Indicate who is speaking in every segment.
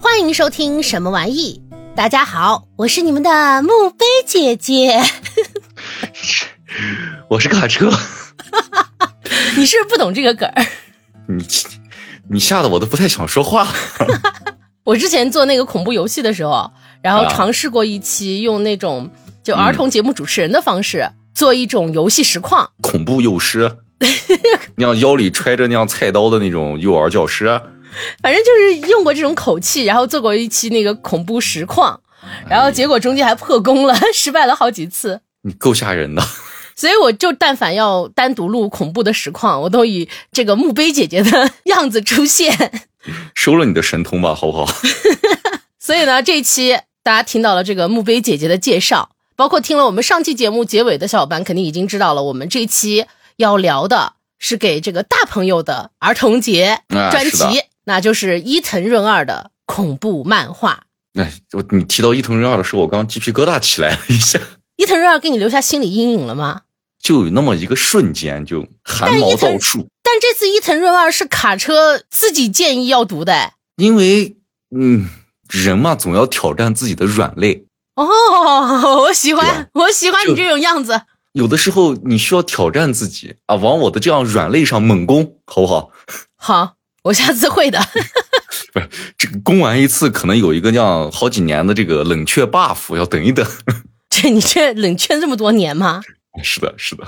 Speaker 1: 欢迎收听什么玩意？大家好，我是你们的墓碑姐姐。
Speaker 2: 我是卡车，
Speaker 1: 你是不是不懂这个梗儿？
Speaker 2: 你 你吓得我都不太想说话。
Speaker 1: 我之前做那个恐怖游戏的时候，然后
Speaker 2: 啊
Speaker 1: 尝试过一期用那种就儿童节目主持人的方式、做一种游戏实况。
Speaker 2: 恐怖幼师，那样腰里揣着那样菜刀的那种幼儿教师，
Speaker 1: 反正就是用过这种口气，然后做过一期那个恐怖实况，然后结果中间还破功了， 失败了好几次。
Speaker 2: 你够吓人的。
Speaker 1: 所以我就但凡要单独录恐怖的实况，我都以这个墓碑姐姐的 样子出现。
Speaker 2: 收了你的神通吧，好不 好？
Speaker 1: 所以呢，这一期大家听到了这个墓碑姐姐的介绍，包括听了我们上期节目结尾的小伙伴，肯定已经知道了，我们这一期要聊的是给这个大朋友的儿童节
Speaker 2: 啊
Speaker 1: 专
Speaker 2: 是的
Speaker 1: 辑，那就是伊藤润二的恐怖漫画。
Speaker 2: 哎，我你提到伊藤润二的时候，我刚鸡皮疙瘩起来了一下，
Speaker 1: 伊藤润二给你留下心理阴影了吗？
Speaker 2: 就有那么一个瞬间，就汗毛倒竖。
Speaker 1: 但这次伊藤润二是卡车自己建议要读的哎
Speaker 2: 因为，嗯，人嘛，总要挑战自己的软肋。
Speaker 1: 哦，我喜
Speaker 2: 对啊
Speaker 1: 欢，我喜欢你
Speaker 2: 就
Speaker 1: 这种样子。
Speaker 2: 有的时候你需要挑战自己啊，往我的这样软肋上猛攻，好不好？
Speaker 1: 好，我下次会的。
Speaker 2: 这个攻完一次，可能有一个这样好几年的这个冷却 buff，要等一等。
Speaker 1: 这你这冷圈这么多年吗？
Speaker 2: 是的，是的，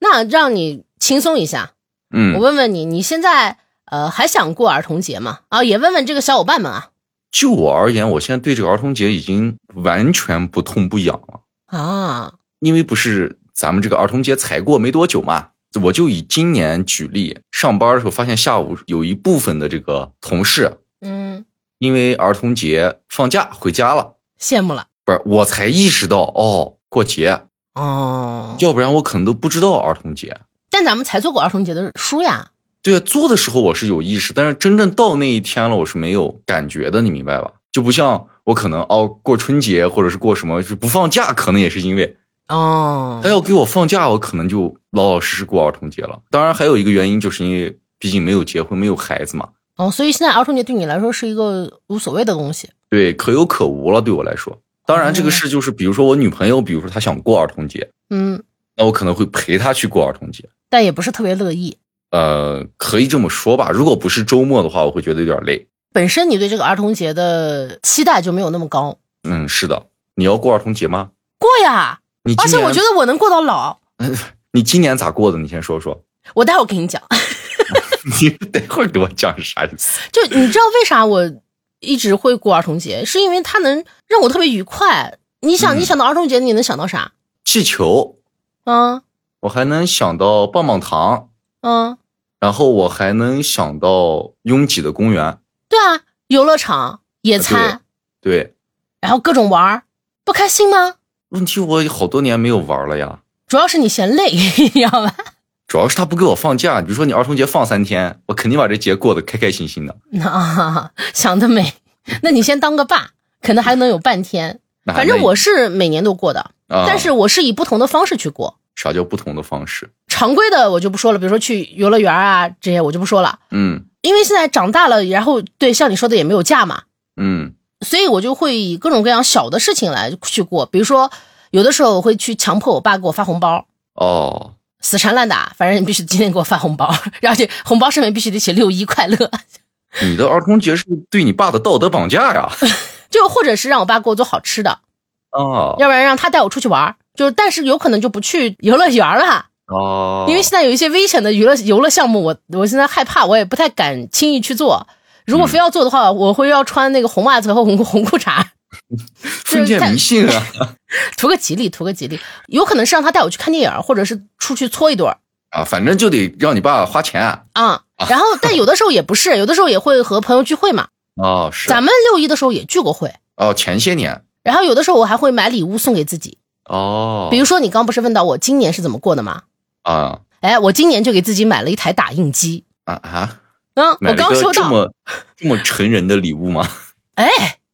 Speaker 1: 那让你轻松一下，我
Speaker 2: 嗯，
Speaker 1: 问问你，你现在呃还想过儿童节吗？啊，也问问这个小伙伴们啊。
Speaker 2: 就我而言，我现在对这个儿童节已经完全不痛不痒了，
Speaker 1: 啊，
Speaker 2: 因为不是咱们这个儿童节才过没多久嘛。我就以今年举例，上班的时候发现下午有一部分的这个同事，
Speaker 1: 嗯，
Speaker 2: 因为儿童节放假回家了，
Speaker 1: 羡慕了。
Speaker 2: 不是我才意识到哦，过节，
Speaker 1: 哦，
Speaker 2: 要不然我可能都不知道儿童节。
Speaker 1: 但咱们才做过儿童节的书呀。
Speaker 2: 对啊，做的时候我是有意识，但是真正到那一天了，我是没有感觉的，你明白吧？就不像我可能哦，过春节或者是过什么就不放假，可能也是因为
Speaker 1: 哦
Speaker 2: 他，要给我放假，我可能就老老实实过儿童节了。当然还有一个原因，就是因为毕竟没有结婚，没有孩子嘛，
Speaker 1: 哦，所以现在儿童节对你来说是一个无所谓的东西。
Speaker 2: 对，可有可无了，对我来说。当然这个事就是，比如说我女朋友，比如说她想过儿童节，
Speaker 1: 嗯，
Speaker 2: 那我可能会陪她去过儿童节。
Speaker 1: 但也不是特别乐意。
Speaker 2: 呃，可以这么说吧，如果不是周末的话，我会觉得有点累。
Speaker 1: 本身你对这个儿童节的期待就没有那么高。
Speaker 2: 嗯，是的，你要过儿童节吗？
Speaker 1: 过呀，
Speaker 2: 你今
Speaker 1: 而且我
Speaker 2: 年
Speaker 1: 觉得我能过到老。
Speaker 2: 你今年咋过的？你先说说。
Speaker 1: 我待会儿跟你讲，
Speaker 2: 你待会儿给我讲啥意思？
Speaker 1: 就你知道为啥我一直会过儿童节，是因为它能让我特别愉快。你想，
Speaker 2: 嗯
Speaker 1: 你想到儿童节，你能想到啥？
Speaker 2: 气球，
Speaker 1: 嗯
Speaker 2: 我还能想到棒棒糖，
Speaker 1: 嗯，然
Speaker 2: 然后我还能想到拥挤的公园。
Speaker 1: 对啊，游乐场、野
Speaker 2: 啊对
Speaker 1: 餐，
Speaker 2: 对，
Speaker 1: 然后各种玩儿，不开心吗？
Speaker 2: 问题我好多年没有玩了呀，
Speaker 1: 主要是你嫌累， 你知道吧？
Speaker 2: 主要是他不给我放假。比如说你儿童节放三天，我肯定把这节过得开开心心的。
Speaker 1: 啊，想得美。那你先当个爸，可能还能有半天。
Speaker 2: 那还
Speaker 1: 反正
Speaker 2: 能
Speaker 1: 我是每年都过的，
Speaker 2: 啊，
Speaker 1: 但是我是以不同的方式去过。
Speaker 2: 啥叫不同的方式？
Speaker 1: 常规的我就不说了，比如说去游乐园啊这些我就不说了，
Speaker 2: 嗯
Speaker 1: 因为现在长大了，然后对像你说的也没有假嘛，
Speaker 2: 嗯
Speaker 1: 所以我就会以各种各样小的事情来去过，比如说有的时候我会去强迫我爸给我发红包，
Speaker 2: 哦，
Speaker 1: 死缠烂打，反正你必须今天给我发红包，而且红包上面必须得写六一快乐，
Speaker 2: 你的儿童节是对你爸的道德绑架呀！
Speaker 1: 就或者是让我爸给我做好吃的，
Speaker 2: 啊
Speaker 1: 要不然让他带我出去玩儿，就是但是有可能就不去游乐园了。
Speaker 2: 哦，
Speaker 1: 因为现在有一些危险的娱乐游乐项目，我我现在害怕，我也不太敢轻易去做。如果非要做的话，我会要穿那个红袜子和红裤红裤衩，
Speaker 2: 封建迷信啊。
Speaker 1: 图个吉利，图个吉利。有可能是让他带我去看电影，或者是出去搓一顿儿
Speaker 2: 啊，反正就得让你爸花钱啊。
Speaker 1: 啊。然后，但有的时候也不是，有的时候也会和朋友聚会嘛。
Speaker 2: 哦，是
Speaker 1: 咱们六一的时候也聚过会，
Speaker 2: 哦，前些年
Speaker 1: 然后有的时候我还会买礼物送给自己。
Speaker 2: 哦，
Speaker 1: 比如说，你刚不是问到我今年是怎么过的吗？
Speaker 2: 啊
Speaker 1: 哎，我今年就给自己买了一台打印机。
Speaker 2: 啊啊，
Speaker 1: 嗯，
Speaker 2: 买
Speaker 1: 我
Speaker 2: 了
Speaker 1: 刚
Speaker 2: 一个
Speaker 1: 收
Speaker 2: 这
Speaker 1: 到。
Speaker 2: 么这么成人的礼物吗？
Speaker 1: 哎，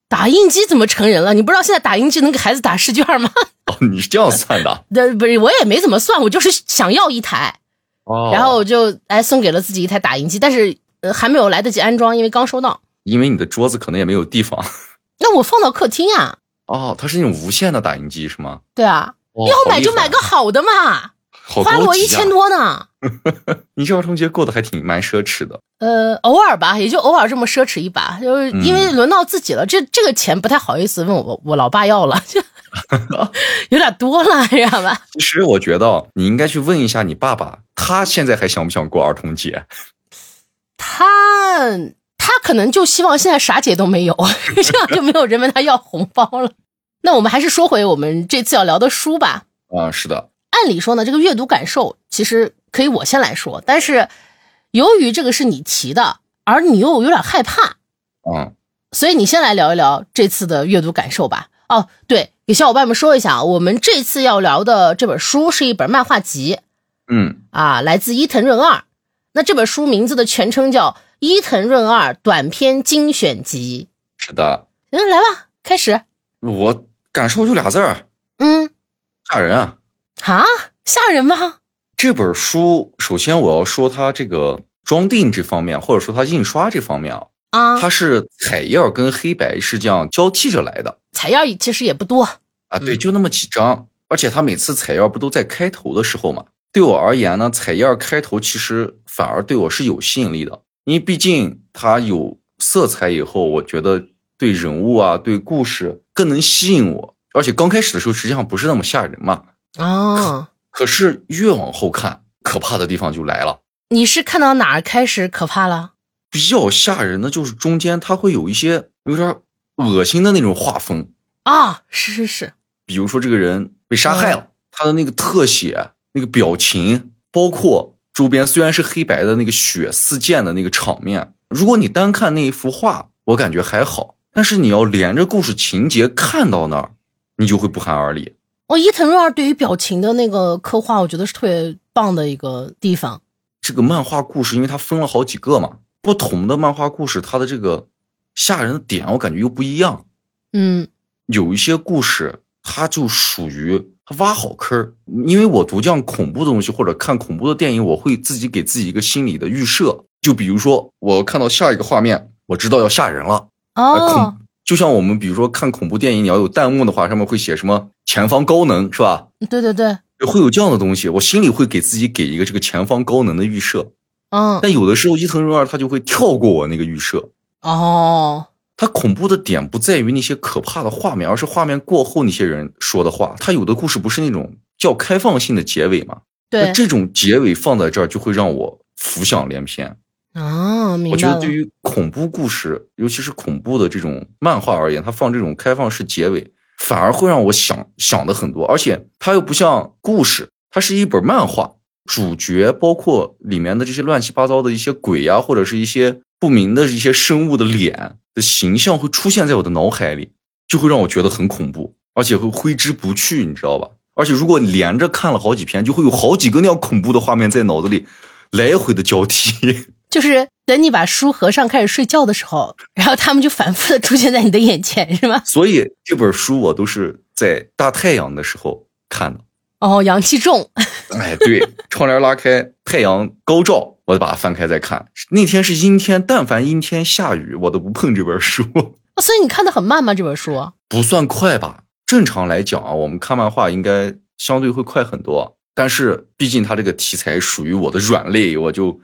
Speaker 1: 打印机怎么成人了？你不知道现在打印机能给孩子打试卷吗？
Speaker 2: 哦，你是这样算的
Speaker 1: 那不是我也没怎么算，我就是想要一台，
Speaker 2: 哦
Speaker 1: 然后我就哎送给了自己一台打印机，但是呃还没有来得及安装，因为刚收到。
Speaker 2: 因为你的桌子可能也没有地方。
Speaker 1: 那我放到客厅啊，
Speaker 2: 哦，它是那种无线的打印机是吗？
Speaker 1: 对啊，
Speaker 2: 哦
Speaker 1: 要买就买个，好的嘛，
Speaker 2: 好厉害
Speaker 1: 花了我一千。
Speaker 2: 好高级啊
Speaker 1: 多呢。
Speaker 2: 你这儿童节过得还挺蛮奢侈的。
Speaker 1: 呃，偶尔吧，也就偶尔这么奢侈一把，就是
Speaker 2: 嗯
Speaker 1: 因为轮到自己了，这这个钱不太好意思问我我老爸要了， 就有点多了，知道吧？
Speaker 2: 其实我觉得你应该去问一下你爸爸，他现在还想不想过儿童节？
Speaker 1: 他他可能就希望现在啥节都没有， 这样就没有人问他要红包了。那我们还是说回我们这次要聊的书吧。
Speaker 2: 啊、是的，
Speaker 1: 按理说呢，这个阅读感受其实可以我先来说，但是由于这个是你提的，而你又有点害怕，
Speaker 2: 嗯，
Speaker 1: 所以你先来聊一聊这次的阅读感受吧。哦，对，给小伙伴们说一下啊，我们这次要聊的这本书是一本漫画集，
Speaker 2: 嗯，
Speaker 1: 啊，来自伊藤润二。那这本书名字的全称叫《伊藤润二短篇精选集
Speaker 2: 是的，》。
Speaker 1: 嗯，来吧，开始。
Speaker 2: 我感受就俩字儿，
Speaker 1: 嗯，
Speaker 2: 吓人啊！
Speaker 1: 啊，吓人吗？
Speaker 2: 这本书，首先我要说它这个装订这方面，或者说它印刷这方面啊，
Speaker 1: 啊，
Speaker 2: 它是彩页儿跟黑白是这样交替着来的
Speaker 1: 采样也其实也不多。
Speaker 2: 啊，对，
Speaker 1: 嗯
Speaker 2: 就那么几张，而且它每次彩页儿不都在开头的时候嘛？对我而言呢，彩页儿开头其实反而对我是有吸引力的，因为毕竟它有色彩以后，我觉得对人物啊、对故事更能吸引我，而且刚开始的时候实际上不是那么吓人嘛，
Speaker 1: 哦，
Speaker 2: 可是越往后看，可怕的地方就来了。
Speaker 1: 你是看到哪儿开始可怕了？
Speaker 2: 比较吓人的就是中间它会有一些有点恶心的那种画风，
Speaker 1: 啊，是是是，
Speaker 2: 比如说这个人被杀害了，他的那个特写、那个表情，包括周边虽然是黑白的那个血四溅的那个场面，如果你单看那一幅画，我感觉还好，但是你要连着故事情节看到那儿，你就会不寒而栗。
Speaker 1: 哦，伊藤润二对于表情的那个刻画，我觉得是特别棒的一个地方。
Speaker 2: 这个漫画故事，因为它分了好几个嘛，不同的漫画故事，它的这个吓人的点，我感觉又不一样。
Speaker 1: 嗯
Speaker 2: 有一些故事，它就属于它挖好坑儿。因为我读这样恐怖的东西或者看恐怖的电影，我会自己给自己一个心理的预设。就比如说，我看到下一个画面，我知道要吓人了。啊
Speaker 1: 哦
Speaker 2: 恐，就像我们比如说看恐怖电影，你要有弹幕的话，上面会写什么“前方高能”是吧？
Speaker 1: 呃对对对，
Speaker 2: 会有这样的东西，我心里会给自己给一个这个前方高能的预设。
Speaker 1: 嗯
Speaker 2: 但有的时候伊藤润二他就会跳过我那个预设。
Speaker 1: 哦，
Speaker 2: 它恐怖的点不在于那些可怕的画面，而是画面过后那些人说的话。它有的故事不是那种较开放性的结尾嘛？
Speaker 1: 对
Speaker 2: 那这种结尾放在这儿就会让我浮想联翩。
Speaker 1: 啊，明
Speaker 2: 我
Speaker 1: 白
Speaker 2: 觉
Speaker 1: 了
Speaker 2: 得。对于恐怖故事，尤其是恐怖的这种漫画而言，它放这种开放式结尾，反而会让我想想的很多。而且它又不像故事，它是一本漫画，主角包括里面的这些乱七八糟的一些鬼呀、或者是一些不明的一些生物的脸的形象会出现在我的脑海里，就会让我觉得很恐怖，而且会挥之不去，你知道吧？而且如果连着看了好几篇，就会有好几个那样恐怖的画面在脑子里来回的交替。
Speaker 1: 就是等你把书合上开始睡觉的时候，然后他们就反复的出现在你的眼前，是吗？
Speaker 2: 所以这本书我都是在大太阳的时候看的。
Speaker 1: 哦，阳气重，
Speaker 2: 哎，对，窗帘拉开，太阳高照，我把它翻开再看。那天是阴天，但凡阴天下雨，我都不碰这本书，
Speaker 1: 哦所以你看的很慢吗？这本书？
Speaker 2: 不算快吧？正常来讲啊，我们看漫画应该相对会快很多，但是毕竟它这个题材属于我的软肋，我就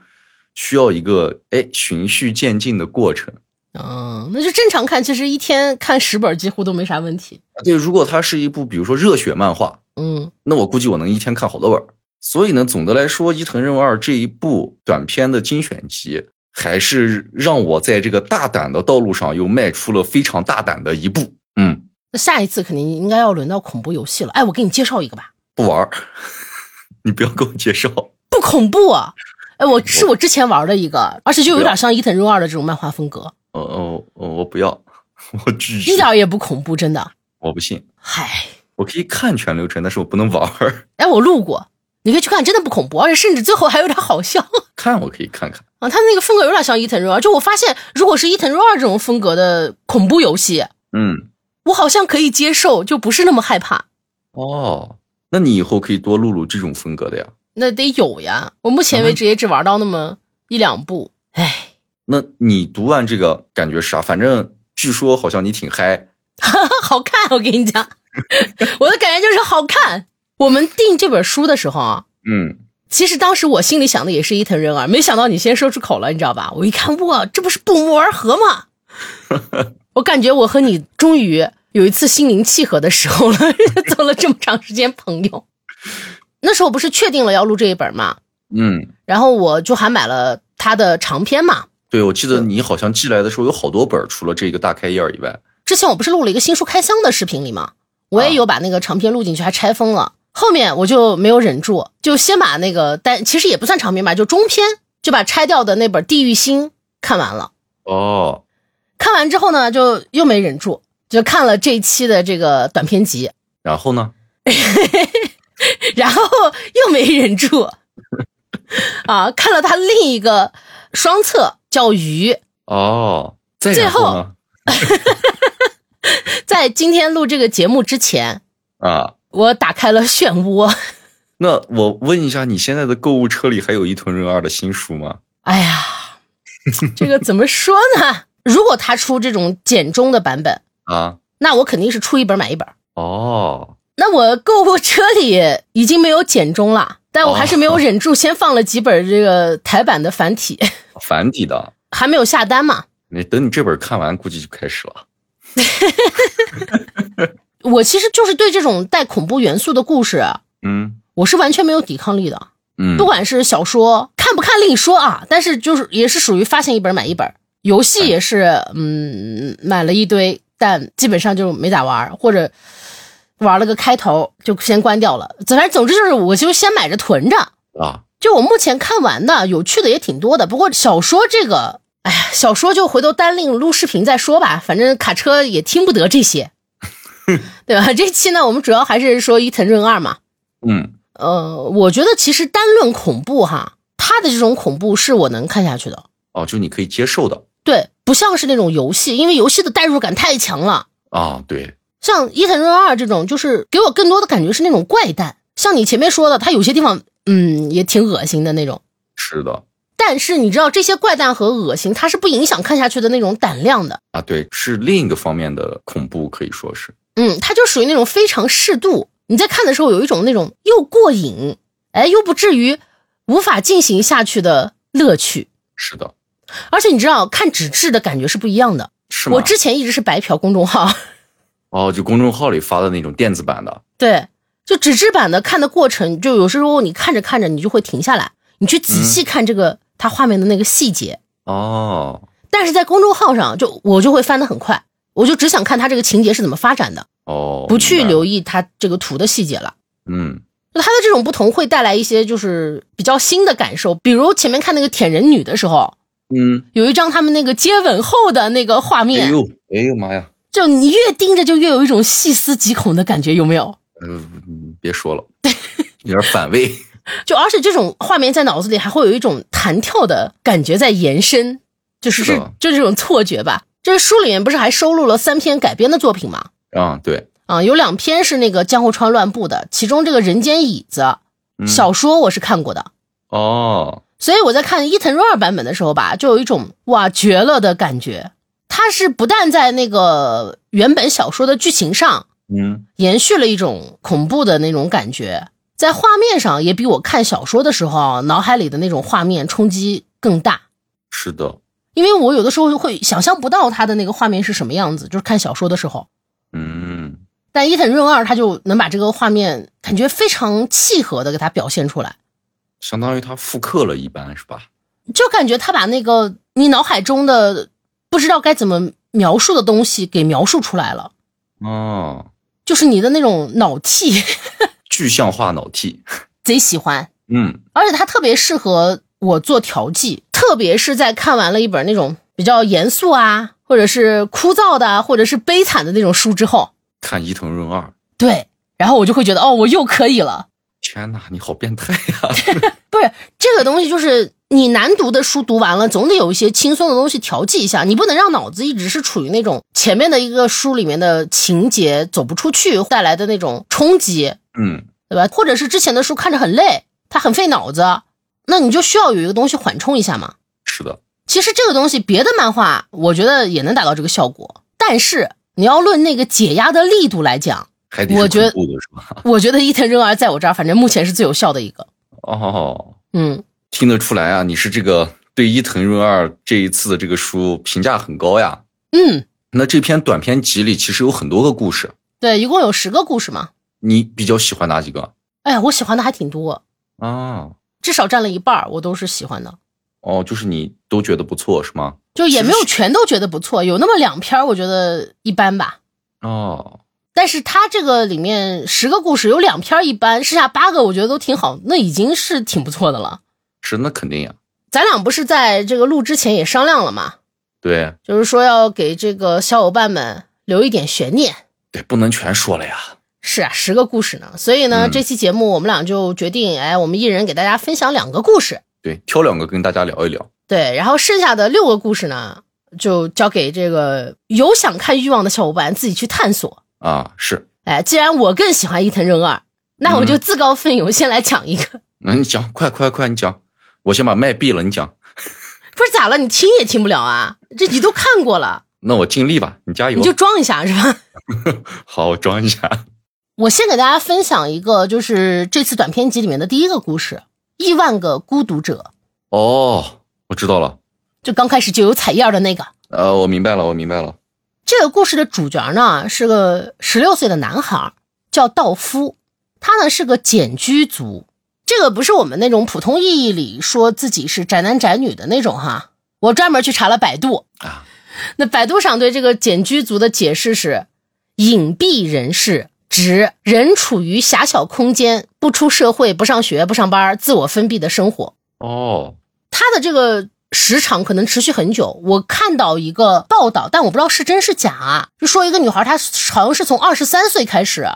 Speaker 2: 需要一个哎循序渐进的过程。
Speaker 1: 嗯，那就正常看，其实一天看十本几乎都没啥问题。
Speaker 2: 对，如果它是一部比如说热血漫画，
Speaker 1: 嗯，
Speaker 2: 那我估计我能一天看好多本儿。所以呢，总的来说，《伊藤润二》这一部短片的精选集，还是让我在这个大胆的道路上又迈出了非常大胆的一步。嗯，
Speaker 1: 那下一次肯定应该要轮到恐怖游戏了。哎，我给你介绍一个吧，
Speaker 2: 不玩儿， 你不要给我介绍。
Speaker 1: 不恐怖啊。哎，我是我之前玩的一个，而且就
Speaker 2: 啊
Speaker 1: 有点像伊藤润二的这种漫画风格，
Speaker 2: 哦哦哦，我不要， 我拒绝
Speaker 1: 一，点也不恐怖，真的。
Speaker 2: 我不信。
Speaker 1: 嗨，
Speaker 2: 我可以看全流程，但是我不能玩儿。
Speaker 1: 哎，我路过，你可以去看，真的不恐怖，而且甚至最后还有点好笑。
Speaker 2: 看我可以看看。
Speaker 1: 啊，他那个风格有点像伊藤润二。就我发现，如果是伊藤润二这种风格的恐怖游戏，
Speaker 2: 嗯，
Speaker 1: 我好像可以接受，就不是那么害怕。
Speaker 2: 哦，那你以后可以多录录这种风格的呀。
Speaker 1: 那得有呀，我目前为止也只玩到那么一两部。唉，哎
Speaker 2: 那你读完这个感觉是啥？反正据说好像你挺嗨，
Speaker 1: 好看，我跟你讲， 我的感觉就是好看。我们定这本书的时候啊，
Speaker 2: 嗯，
Speaker 1: 其实当时我心里想的也是伊藤润二，没想到你先说出口了，你知道吧？我一看，哇，这不是不谋而合吗？我感觉我和你终于有一次心灵契合的时候了，做了这么长时间朋友。那时候不是确定了要录这一本嘛，
Speaker 2: 嗯，
Speaker 1: 然后我就还买了他的长篇嘛。
Speaker 2: 对，我记得你好像寄来的时候有好多本儿，除了这个大开页儿以外，
Speaker 1: 之前我不是录了一个新书开箱的视频里吗？我也有把那个长篇录进去，还拆封了。后面我就没有忍住，就先把那个单，其实也不算长篇吧，就中篇，就把拆掉的那本《地狱心》看完了。
Speaker 2: 哦，
Speaker 1: 看完之后呢，就又没忍住，就看了这一期的这个短篇集，
Speaker 2: 然后呢？
Speaker 1: 然后又没忍住，啊，看了他另一个双册叫《鱼》，
Speaker 2: 哦，再
Speaker 1: 最
Speaker 2: 然
Speaker 1: 后
Speaker 2: 呢？
Speaker 1: 在今天录这个节目之前，
Speaker 2: 啊，
Speaker 1: 我打开了漩涡。
Speaker 2: 那我问一下，你现在的购物车里还有伊藤润二的新书吗？
Speaker 1: 哎呀，这个怎么说呢？如果他出这种简中的版本，
Speaker 2: 啊，
Speaker 1: 那我肯定是出一本买一本。
Speaker 2: 哦，
Speaker 1: 那我购物车里已经没有简中了，但我还是没有忍住，先放了几本这个台版的繁体，
Speaker 2: 繁体的，
Speaker 1: 还没有下单嘛。
Speaker 2: 你等你这本看完，估计就开始了。
Speaker 1: 我其实就是对这种带恐怖元素的故事，
Speaker 2: 嗯
Speaker 1: 我是完全没有抵抗力的。
Speaker 2: 嗯，
Speaker 1: 不管是小说看不看另说啊，但是就是也是属于发现一本买一本。游戏也是，嗯，买了一堆，但基本上就没咋玩儿，或者玩了个开头就先关掉了。反正总之就是，我就先买着囤着。
Speaker 2: 啊，
Speaker 1: 就我目前看完的，有趣的也挺多的。不过小说这个，哎呀，小说就回头单另录视频再说吧。反正卡车也听不得这些，对吧？这期呢，我们主要还是说伊藤润二嘛。
Speaker 2: 嗯
Speaker 1: 呃，我觉得其实单论恐怖哈，他的这种恐怖是我能看下去的。
Speaker 2: 哦，就你可以接受的
Speaker 1: 对，不像是那种游戏，因为游戏的代入感太强了。
Speaker 2: 啊，对，
Speaker 1: 像伊藤润二这种，就是给我更多的感觉是那种怪诞。像你前面说的，他有些地方，嗯，也挺恶心的那种。
Speaker 2: 是的
Speaker 1: 但是你知道，这些怪诞和恶心，它是不影响看下去的那种胆量的。
Speaker 2: 啊，对，是另一个方面的恐怖，可以说是
Speaker 1: 嗯，它就属于那种非常适度。你在看的时候有一种那种又过瘾，哎，又不至于无法进行下去的乐趣。
Speaker 2: 是的，
Speaker 1: 而且你知道，看纸质的感觉是不一样的。
Speaker 2: 是吗？
Speaker 1: 我之前一直是白嫖公众号，
Speaker 2: 哦，就公众号里发的那种电子版的，
Speaker 1: 对，就纸质版的看的过程，就有时候你看着看着，你就会停下来，你去仔
Speaker 2: 嗯
Speaker 1: 细看这个、它画面的那个细节。
Speaker 2: 哦
Speaker 1: 但是在公众号上，就我就会翻得很快，我就只想看它这个情节是怎么发展的，
Speaker 2: 哦，
Speaker 1: 不去
Speaker 2: 明白
Speaker 1: 留意它这个图的细节了。
Speaker 2: 嗯
Speaker 1: 那它的这种不同会带来一些就是比较新的感受，比如前面看那个舔人女的时候，
Speaker 2: 嗯，
Speaker 1: 有一张他们那个接吻后的那个画面，
Speaker 2: 哎呦哎呦妈呀，
Speaker 1: 就你越盯着，就越有一种细思极恐的感觉，有没有？
Speaker 2: 呃，嗯别 说了，有点反胃，
Speaker 1: 就而且这种画面在脑子里还会有一种弹跳的感觉在延伸，就是
Speaker 2: 是
Speaker 1: 这
Speaker 2: 的
Speaker 1: 就这种错觉吧。这书里面不是还收录了三篇改编的作品吗？
Speaker 2: 啊，对，
Speaker 1: 啊，有两篇是那个江户川乱步的，其中这个《人间椅子
Speaker 2: 嗯》
Speaker 1: 小说我是看过的，
Speaker 2: 哦，
Speaker 1: 所以我在看伊藤润二版本的时候吧，就有一种哇绝了的感觉。它是不但在那个原本小说的剧情上
Speaker 2: 嗯
Speaker 1: 延续了一种恐怖的那种感觉，在画面上也比我看小说的时候啊脑海里的那种画面冲击更大，
Speaker 2: 是的，
Speaker 1: 因为我有的时候会想象不到它的那个画面是什么样子，就是看小说的时候。
Speaker 2: 嗯
Speaker 1: 但伊藤润二他就能把这个画面感觉非常契合的给它表现出来，
Speaker 2: 相当于它复刻了一般是吧？
Speaker 1: 就感觉他把那个你脑海中的不知道该怎么描述的东西给描述出来了，
Speaker 2: 哦，
Speaker 1: 就是你的那种脑气，
Speaker 2: 具象化脑替，
Speaker 1: 贼喜欢。
Speaker 2: 嗯
Speaker 1: 而且它特别适合我做调剂，特别是在看完了一本那种比较严肃啊，或者是枯燥的啊，或者是悲惨的那种书之后，
Speaker 2: 看伊藤润二，
Speaker 1: 对，然后我就会觉得哦，我又可以了。
Speaker 2: 天哪，你好变态 呀、
Speaker 1: 不是这个东西，就是你难读的书读完了，总得有一些轻松的东西调剂一下，你不能让脑子一直是处于那种前面的一个书里面的情节走不出去带来的那种冲击，
Speaker 2: 嗯，
Speaker 1: 对吧？或者是之前的书看着很累，它很费脑子，那你就需要有一个东西缓冲一下嘛。
Speaker 2: 是的，
Speaker 1: 其实这个东西别的漫画我觉得也能达到这个效果，但是你要论那个解压的力度来讲，
Speaker 2: 海底
Speaker 1: 我觉得
Speaker 2: 是恐怖的是吧？
Speaker 1: 我觉得伊藤润二在我这儿反正目前是最有效的一个。
Speaker 2: 哦，
Speaker 1: 嗯，
Speaker 2: 听得出来啊，你是这个对伊藤润二这一次的这个书评价很高呀。
Speaker 1: 嗯，
Speaker 2: 那这篇短篇集里其实有很多个故事，
Speaker 1: 对，一共有十个故事嘛。
Speaker 2: 你比较喜欢哪几个
Speaker 1: 哎呀，我喜欢的还挺多，
Speaker 2: 啊？
Speaker 1: 至少占了一半儿，我都是喜欢的。
Speaker 2: 哦，就是你都觉得不错是吗？
Speaker 1: 就也没有
Speaker 2: 其实
Speaker 1: 全都觉得不错，有那么两篇儿我觉得一般吧。
Speaker 2: 哦，
Speaker 1: 但是它这个里面十个故事有两篇儿一般，剩下八个我觉得都挺好，那已经是挺不错的了。
Speaker 2: 是那肯定呀。
Speaker 1: 咱俩不是在这个录之前也商量了嘛，
Speaker 2: 对
Speaker 1: 就是说要给这个小伙伴们留一点悬念。
Speaker 2: 对，不能全说了呀。
Speaker 1: 是啊，十个故事呢，所以呢，
Speaker 2: 嗯
Speaker 1: 这期节目我们俩就决定，哎，我们一人给大家分享两个故事，
Speaker 2: 对，挑两个跟大家聊一聊。
Speaker 1: 对，然后剩下的六个故事呢，就交给这个有想看欲望的小伙伴自己去探索。
Speaker 2: 啊，是，
Speaker 1: 哎，既然我更喜欢伊藤润二，那我就自告奋勇先来讲一个。
Speaker 2: 那你讲，快快快，你讲，我先把麦闭了，你讲。
Speaker 1: 不是咋了？你听也听不了啊？这你都看过了，
Speaker 2: 那我尽力吧，你加油。
Speaker 1: 你就装一下是吧？
Speaker 2: 好，我装一下。
Speaker 1: 我先给大家分享一个，就是这次短篇集里面的第一个故事《亿万个孤独者
Speaker 2: 哦，我知道了。》，
Speaker 1: 就刚开始就有彩页的那个。
Speaker 2: 呃，我明白了，我明白了。
Speaker 1: 这个故事的主角呢是个十六岁的男孩，叫道夫。他呢是个简居族，这个不是我们那种普通意义里说自己是宅男宅女的那种哈。我专门去查了百度
Speaker 2: 啊，
Speaker 1: 那百度上对这个简居族的解释是：隐蔽人士，指人处于狭小空间，不出社会，不上学，不上班，自我封闭的生活。
Speaker 2: 哦，
Speaker 1: 它的这个时长可能持续很久。我看到一个报道，但我不知道是真是假啊，就说一个女孩她好像是从二十三岁开始，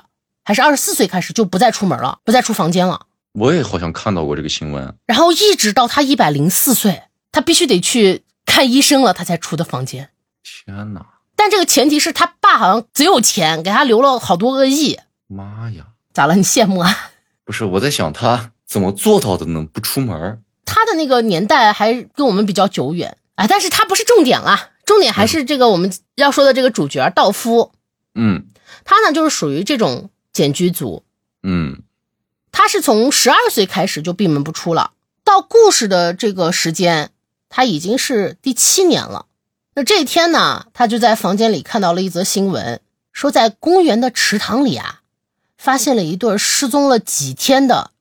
Speaker 1: 还是二十四岁开始就不再出门了，不再出房间了，
Speaker 2: 我也好像看到过这个新闻。
Speaker 1: 然后一直到她一百零四岁，她必须得去看医生了，她才出的房间。
Speaker 2: 天哪，
Speaker 1: 但这个前提是她爸好像贼有钱，给她留了好多个亿。
Speaker 2: 妈呀！
Speaker 1: 咋了？你羡慕啊？
Speaker 2: 不是，我在想他怎么做到的呢？不出门儿
Speaker 1: 她的那个年代还跟我们比较久远啊，但是她不是重点啦，重点还是这个我们要说的这个主角道夫。
Speaker 2: 嗯
Speaker 1: 他呢就是属于这种简居族，
Speaker 2: 嗯，
Speaker 1: 他是从十二岁开始就闭门不出了，到故事的这个时间，他已经是第七年了。那这一天呢，他就在房间里看到了一则新闻，说在公园的池塘里啊，发现了一对失踪了几天的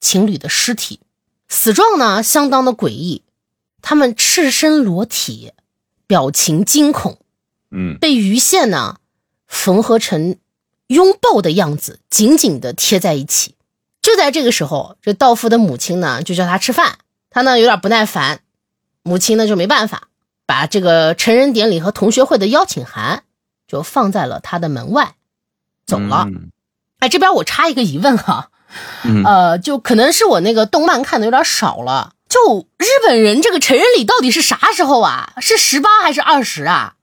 Speaker 1: 情侣的尸体，死状呢相当的诡异，他们赤身裸体，表情惊恐，
Speaker 2: 嗯，
Speaker 1: 被鱼线呢缝合成拥抱的样子，紧紧的贴在一起。就在这个时候，这道夫的母亲呢就叫他吃饭，他呢有点不耐烦，母亲呢就没办法，把这个成人典礼和同学会的邀请函就放在了他的门外，走了。
Speaker 2: 嗯
Speaker 1: 哎，这边我插一个疑问哈、
Speaker 2: 嗯
Speaker 1: 呃，就可能是我那个动漫看的有点少了。就日本人这个成人礼到底是啥时候啊？是十八还是二十啊？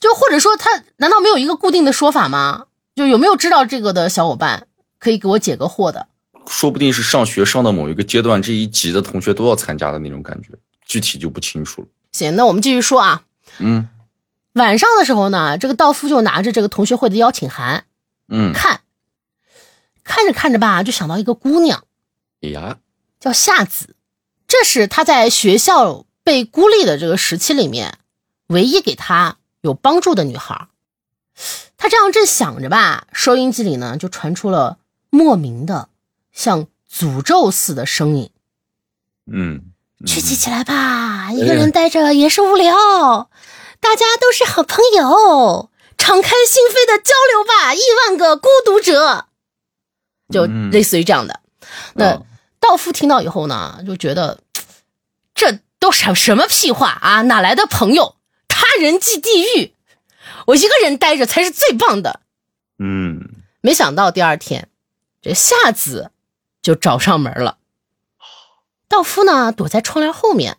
Speaker 1: 就或者说他难道没有一个固定的说法吗？就有没有知道这个的小伙伴可以给我解个惑的？
Speaker 2: 说不定是上学上到某一个阶段，这一级的同学都要参加的那种感觉，具体就不清楚了。
Speaker 1: 行，那我们继续说啊。
Speaker 2: 嗯
Speaker 1: 晚上的时候呢，这个道夫就拿着这个同学会的邀请函
Speaker 2: 嗯，
Speaker 1: 看，看着看着吧，就想到一个姑娘
Speaker 2: 哎呀，
Speaker 1: 叫夏子，这是他在学校被孤立的这个时期里面唯一给他有帮助的女孩儿。他这样正想着吧，收音机里呢就传出了莫名的像诅咒似的声音。
Speaker 2: 嗯，嗯哎
Speaker 1: 聚集起来吧，一个人待着也是无聊，大家都是好朋友，敞开心扉的交流吧，亿万个孤独者，就
Speaker 2: 嗯
Speaker 1: 类似于这样的。那
Speaker 2: 嗯
Speaker 1: 道夫听到以后呢，就觉得嘖这都什什么屁话啊，哪来的朋友？他人即地狱，我一个人待着才是最棒的。
Speaker 2: 嗯，
Speaker 1: 没想到第二天，这夏子就找上门了。道夫呢，躲在窗帘后面，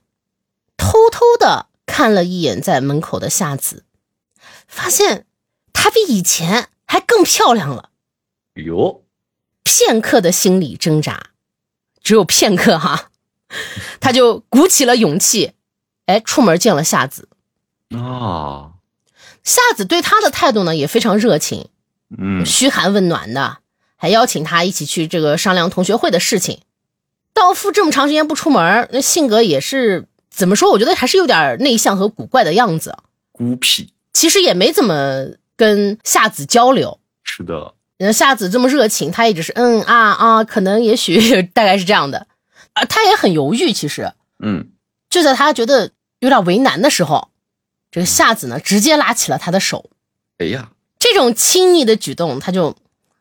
Speaker 1: 偷偷的看了一眼在门口的夏子，发现她比以前还更漂亮了。
Speaker 2: 哟，
Speaker 1: 片刻的心理挣扎，只有片刻哈，他就鼓起了勇气，哎，出门见了夏子，
Speaker 2: 啊，
Speaker 1: 夏子对他的态度呢也非常热情，
Speaker 2: 嗯
Speaker 1: 嘘寒问暖的，还邀请他一起去这个商量同学会的事情。道夫这么长时间不出门儿，那性格也是怎么说？我觉得还是有点内向和古怪的样子。
Speaker 2: 孤僻，
Speaker 1: 其实也没怎么跟夏子交流。
Speaker 2: 是的，
Speaker 1: 人夏子这么热情，他也只是嗯啊啊，可能也许 大概是这样的。啊，他也很犹豫。其实
Speaker 2: 嗯，
Speaker 1: 就在他觉得有点为难的时候，这个夏子呢直接拉起了他的手。
Speaker 2: 哎呀，
Speaker 1: 这种亲昵的举动，他就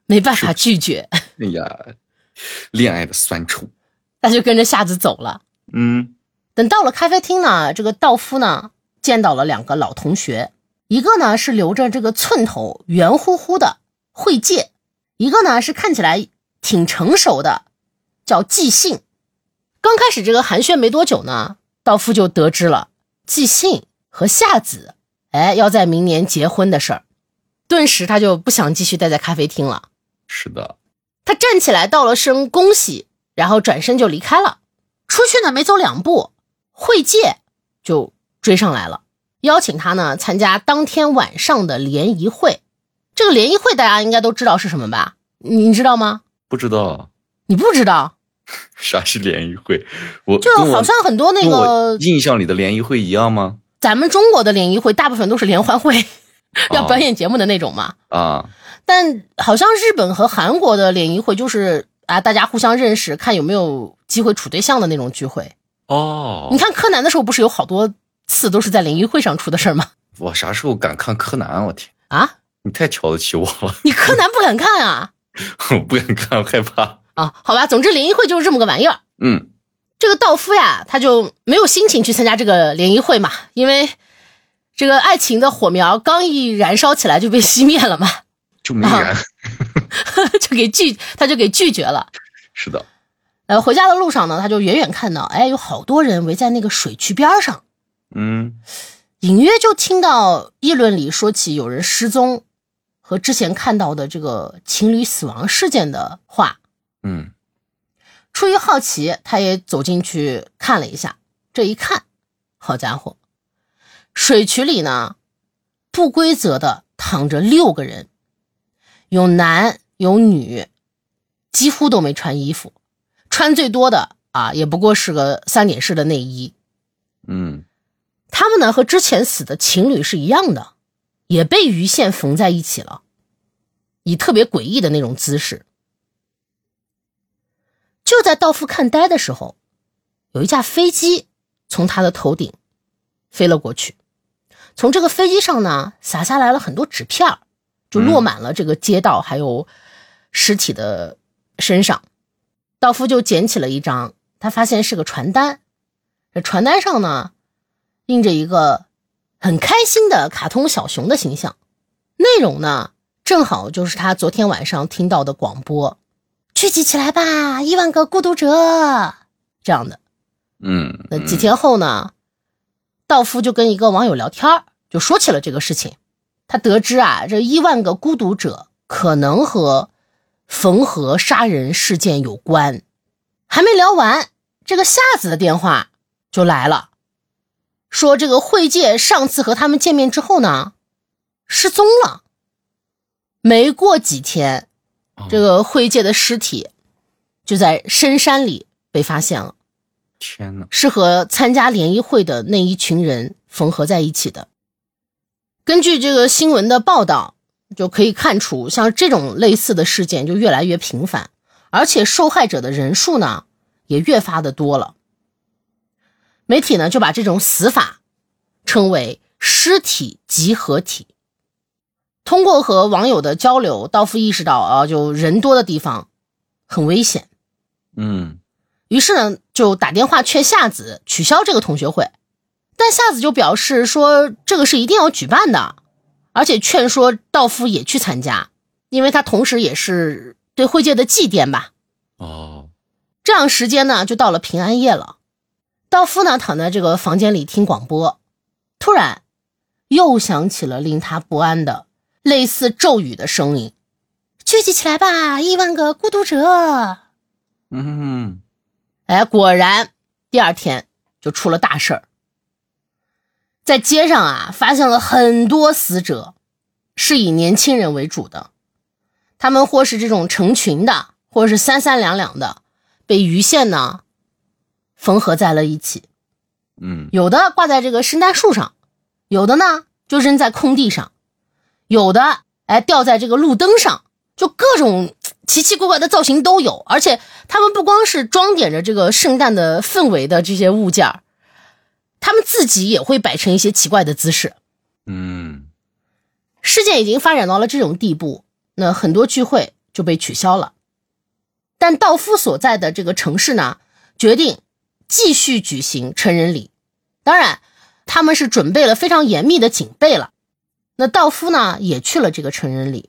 Speaker 1: 没办法拒绝，
Speaker 2: 哎呀，恋爱的酸楚，
Speaker 1: 他就跟着夏子走了。
Speaker 2: 嗯
Speaker 1: 等到了咖啡厅呢，这个道夫呢见到了两个老同学，一个呢是留着这个寸头圆乎乎的惠介，一个呢是看起来挺成熟的，叫纪信。刚开始这个寒暄没多久呢，道夫就得知了纪信和夏子，哎，要在明年结婚的事儿，顿时他就不想继续待在咖啡厅了。
Speaker 2: 是的，
Speaker 1: 他站起来道了声恭喜，然后转身就离开了。出去呢，没走两步，惠介就追上来了，邀请他呢参加当天晚上的联谊会。这个联谊会大家应该都知道是什么吧？你你知道吗？
Speaker 2: 不知道
Speaker 1: 你不知道，
Speaker 2: 啥是联谊会，我
Speaker 1: 就
Speaker 2: 跟我
Speaker 1: 好像很多那
Speaker 2: 跟我
Speaker 1: 个
Speaker 2: 印象里的联谊会一样吗？
Speaker 1: 咱们中国的联谊会，大部分都是联欢会，
Speaker 2: 哦
Speaker 1: 要表演节目的那种嘛。
Speaker 2: 啊，
Speaker 1: 但好像日本和韩国的联谊会就是啊，大家互相认识，看有没有机会处对象的那种聚会。你
Speaker 2: 哦，
Speaker 1: 看柯南的时候，不是有好多次都是在联谊会上出的事儿吗？
Speaker 2: 我啥时候敢看柯南？我天，
Speaker 1: 啊，
Speaker 2: 你太瞧得起我了，
Speaker 1: 你柯南不敢看啊？
Speaker 2: 我不敢看，我害怕。
Speaker 1: 啊，好吧，总之联谊会就是这么个玩意儿。
Speaker 2: 嗯，
Speaker 1: 这个道夫呀，他就没有心情去参加这个联谊会嘛，因为这个爱情的火苗刚一燃烧起来就被熄灭了嘛，
Speaker 2: 就
Speaker 1: 啊
Speaker 2: 没然，
Speaker 1: 就给拒，他就给拒绝了。
Speaker 2: 是的，
Speaker 1: 呃，回家的路上呢，他就远远看到，哎，有好多人围在那个水渠边儿上，
Speaker 2: 嗯，
Speaker 1: 隐约就听到议论里说起有人失踪和之前看到的这个情侣死亡事件的话。
Speaker 2: 嗯，
Speaker 1: 出于好奇，他也走进去看了一下。这一看，好家伙，水渠里呢不规则的躺着六个人，有男有女，几乎都没穿衣服，穿最多的啊也不过是个三点式的内衣。
Speaker 2: 嗯，
Speaker 1: 他们呢和之前死的情侣是一样的，也被鱼线缝在一起了，以特别诡异的那种姿势。就在道夫看呆的时候，有一架飞机从他的头顶飞了过去，从这个飞机上呢洒下来了很多纸片儿，就落满了这个街道还有尸体的身上。道夫就捡起了一张，他发现是个传单，这传单上呢印着一个很开心的卡通小熊的形象，内容呢正好就是他昨天晚上听到的广播，聚集起来吧，亿万个孤独者这样的。
Speaker 2: 嗯，
Speaker 1: 那几天后呢，道夫就跟一个网友聊天儿，就说起了这个事情。他得知啊，这亿万个孤独者可能和缝合杀人事件有关。还没聊完，这个夏子的电话就来了，说这个惠介上次和他们见面之后呢，失踪了。没过几天，
Speaker 2: 哦
Speaker 1: 这个惠介的尸体就在深山里被发现了。
Speaker 2: 天呐，
Speaker 1: 是和参加联谊会的那一群人缝合在一起的。根据这个新闻的报道，就可以看出，像这种类似的事件就越来越频繁，而且受害者的人数呢也越发的多了。媒体呢就把这种死法称为“尸体集合体”。通过和网友的交流，道夫意识到啊，就人多的地方很危险。
Speaker 2: 嗯，
Speaker 1: 于是呢，就打电话劝夏子取消这个同学会，但夏子就表示说这个是一定要举办的，而且劝说道夫也去参加，因为他同时也是对会界的祭奠吧。
Speaker 2: 哦，
Speaker 1: 这样时间呢就到了平安夜了，道夫呢躺在这个房间里听广播，突然又响起了令他不安的类似咒语的声音：“聚集起来吧，亿万个孤独者。”
Speaker 2: 嗯，
Speaker 1: 哎，果然第二天就出了大事儿。在街上啊发现了很多死者，是以年轻人为主的，他们或是这种成群的，或是三三两两的，被鱼线呢缝合在了一起。
Speaker 2: 嗯，
Speaker 1: 有的挂在这个圣诞树上，有的呢就扔在空地上，有的哎吊在这个路灯上，就各种嘖奇奇怪怪的造型都有。而且他们不光是装点着这个圣诞的氛围的这些物件儿，他们自己也会摆成一些奇怪的姿势。
Speaker 2: 嗯，
Speaker 1: 事件已经发展到了这种地步，那很多聚会就被取消了。但道夫所在的这个城市呢，决定继续举行成人礼。当然，他们是准备了非常严密的警备了。那道夫呢，也去了这个成人礼，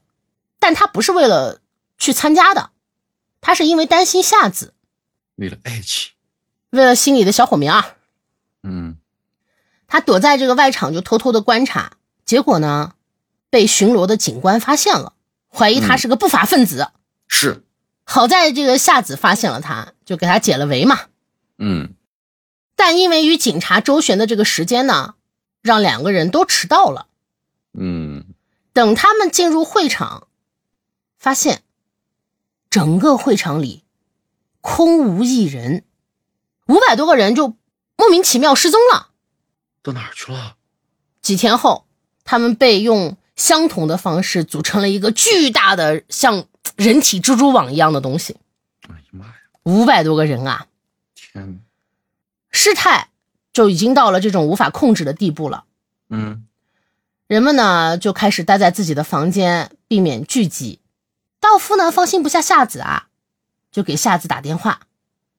Speaker 1: 但他不是为了去参加的，他是因为担心夏子，
Speaker 2: 为了哎爱情，
Speaker 1: 为了心里的小火苗啊。
Speaker 2: 嗯，
Speaker 1: 他躲在这个外场就偷偷的观察，结果呢，被巡逻的警官发现了，怀疑他是个不法分子。
Speaker 2: 是，
Speaker 1: 好在这个夏子发现了他，就给他解了围嘛。
Speaker 2: 嗯
Speaker 1: 但因为与警察周旋的这个时间呢，让两个人都迟到了。
Speaker 2: 嗯，
Speaker 1: 等他们进入会场，发现整个会场里空无一人，五百多个人就莫名其妙失踪了。
Speaker 2: 到哪儿去了？
Speaker 1: 几天后，他们被用相同的方式组成了一个巨大的像人体蜘蛛网一样的东西，
Speaker 2: 哎呀妈呀，
Speaker 1: 五百多个人啊！
Speaker 2: 天哪，
Speaker 1: 事态就已经到了这种无法控制的地步了。
Speaker 2: 嗯
Speaker 1: 人们呢就开始待在自己的房间，避免聚集。道夫呢放心不下夏子啊，就给夏子打电话，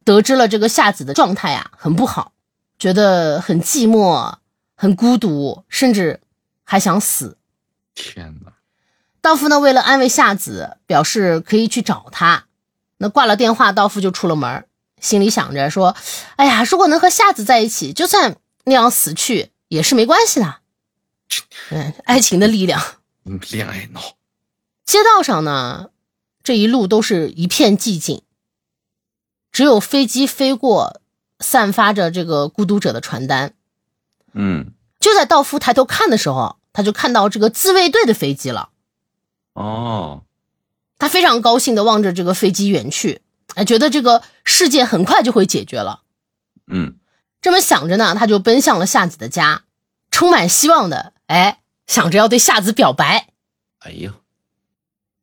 Speaker 1: 得知了这个夏子的状态啊很不好，觉得很寂寞、很孤独，甚至还想死。
Speaker 2: 天哪，
Speaker 1: 道夫呢，为了安慰夏子，表示可以去找他。那挂了电话，道夫就出了门儿，心里想着说：“哎呀，如果能和夏子在一起，就算那样死去也是没关系的。”嗯，爱情的力量。
Speaker 2: 嗯恋爱脑，
Speaker 1: 街道上呢，这一路都是一片寂静，只有飞机飞过，散发着这个孤独者的传单。
Speaker 2: 嗯，
Speaker 1: 就在道夫抬头看的时候，他就看到这个自卫队的飞机了。
Speaker 2: 哦，
Speaker 1: 他非常高兴地望着这个飞机远去，哎，觉得这个事件很快就会解决了。
Speaker 2: 嗯
Speaker 1: 这么想着呢，他就奔向了夏子的家，充满希望的，哎，想着要对夏子表白。
Speaker 2: 哎呀，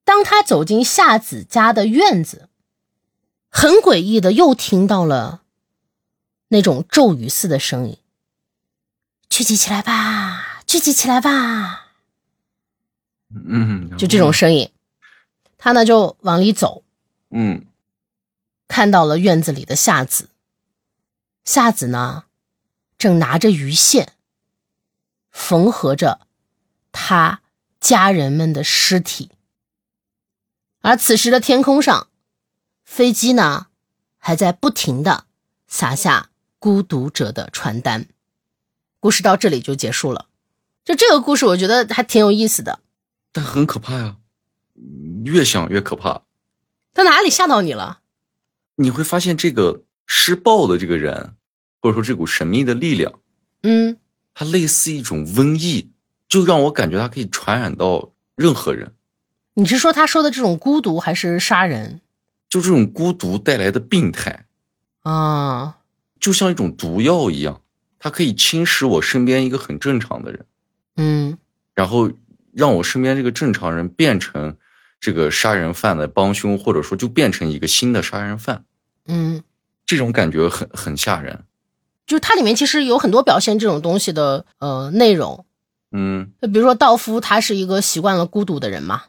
Speaker 1: 当他走进夏子家的院子，很诡异的又听到了那种咒语似的声音：“聚集起来吧，聚集起来吧。”
Speaker 2: 嗯，
Speaker 1: 就这种，声音，他呢就往里走，
Speaker 2: 嗯
Speaker 1: 看到了院子里的夏子。夏子呢，正拿着鱼线缝合着他家人们的尸体。而此时的天空上，飞机呢还在不停的撒下孤独者的传单。故事到这里就结束了。就这个故事，我觉得还挺有意思的。
Speaker 2: 但很可怕呀，越想越可怕。
Speaker 1: 他哪里吓到你了？
Speaker 2: 你会发现这个施暴的这个人，或者说这股神秘的力量，
Speaker 1: 嗯，
Speaker 2: 它类似一种瘟疫，就让我感觉它可以传染到任何人。
Speaker 1: 你是说他说的这种孤独，还是杀人
Speaker 2: 就这种孤独带来的病态，
Speaker 1: 啊？
Speaker 2: 就像一种毒药一样，它可以侵蚀我身边一个很正常的人，
Speaker 1: 嗯，
Speaker 2: 然后让我身边这个正常人变成这个杀人犯的帮凶，或者说就变成一个新的杀人犯。
Speaker 1: 嗯，
Speaker 2: 这种感觉很很吓人。
Speaker 1: 就是它里面其实有很多表现这种东西的呃内容，
Speaker 2: 嗯，
Speaker 1: 就比如说道夫他是一个习惯了孤独的人嘛，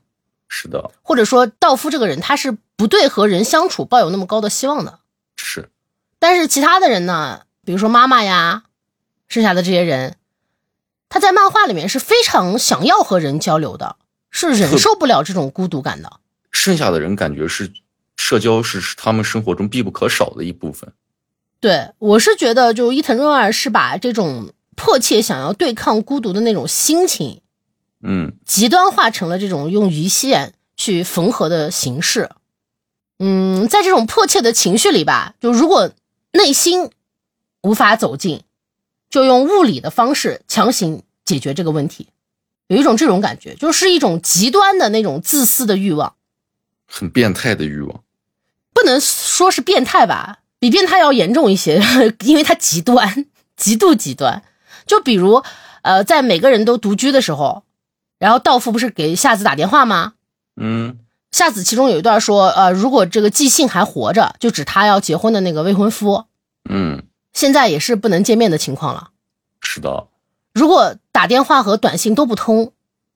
Speaker 2: 是的，
Speaker 1: 或者说道夫这个人他是不对和人相处抱有那么高的希望的。
Speaker 2: 是，
Speaker 1: 但是其他的人呢，比如说妈妈呀，剩下的这些人，他在漫画里面是非常想要和人交流的，是忍受不了这种孤独感的。
Speaker 2: 剩下的人感觉是社交是是他们生活中必不可少的一部分。
Speaker 1: 对，我是觉得，就伊藤润二是把这种迫切想要对抗孤独的那种心情，
Speaker 2: 嗯，
Speaker 1: 极端化成了这种用鱼线去缝合的形式。嗯，在这种迫切的情绪里吧，就如果内心无法走进，就用物理的方式强行解决这个问题，有一种这种感觉，就是一种极端的那种自私的欲望，
Speaker 2: 很变态的欲望。
Speaker 1: 不能说是变态吧，比变态要严重一些， 因为它极端，极度极端。就比如，呃，在每个人都独居的时候，然后道父不是给夏子打电话吗？
Speaker 2: 嗯，
Speaker 1: 夏子其中有一段说，呃，如果这个纪信还活着，就指他要结婚的那个未婚夫，
Speaker 2: 嗯，
Speaker 1: 现在也是不能见面的情况了。
Speaker 2: 是的，
Speaker 1: 如果打电话和短信都不通，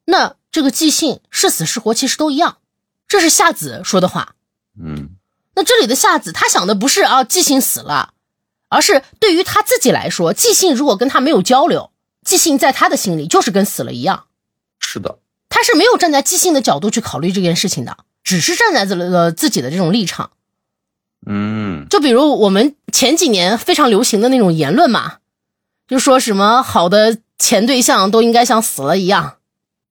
Speaker 1: 那这个寄信是死是活其实都一样。这是夏子说的话。
Speaker 2: 嗯，
Speaker 1: 那这里的夏子，他想的不是啊寄信死了，而是对于他自己来说，寄信如果跟他没有交流，寄信在他的心里就是跟死了一样。
Speaker 2: 是的，
Speaker 1: 他是没有站在寄信的角度去考虑这件事情的，只是站在了自己的这种立场。
Speaker 2: 嗯，
Speaker 1: 就比如我们前几年非常流行的那种言论嘛，就说什么好的前对象都应该像死了一样，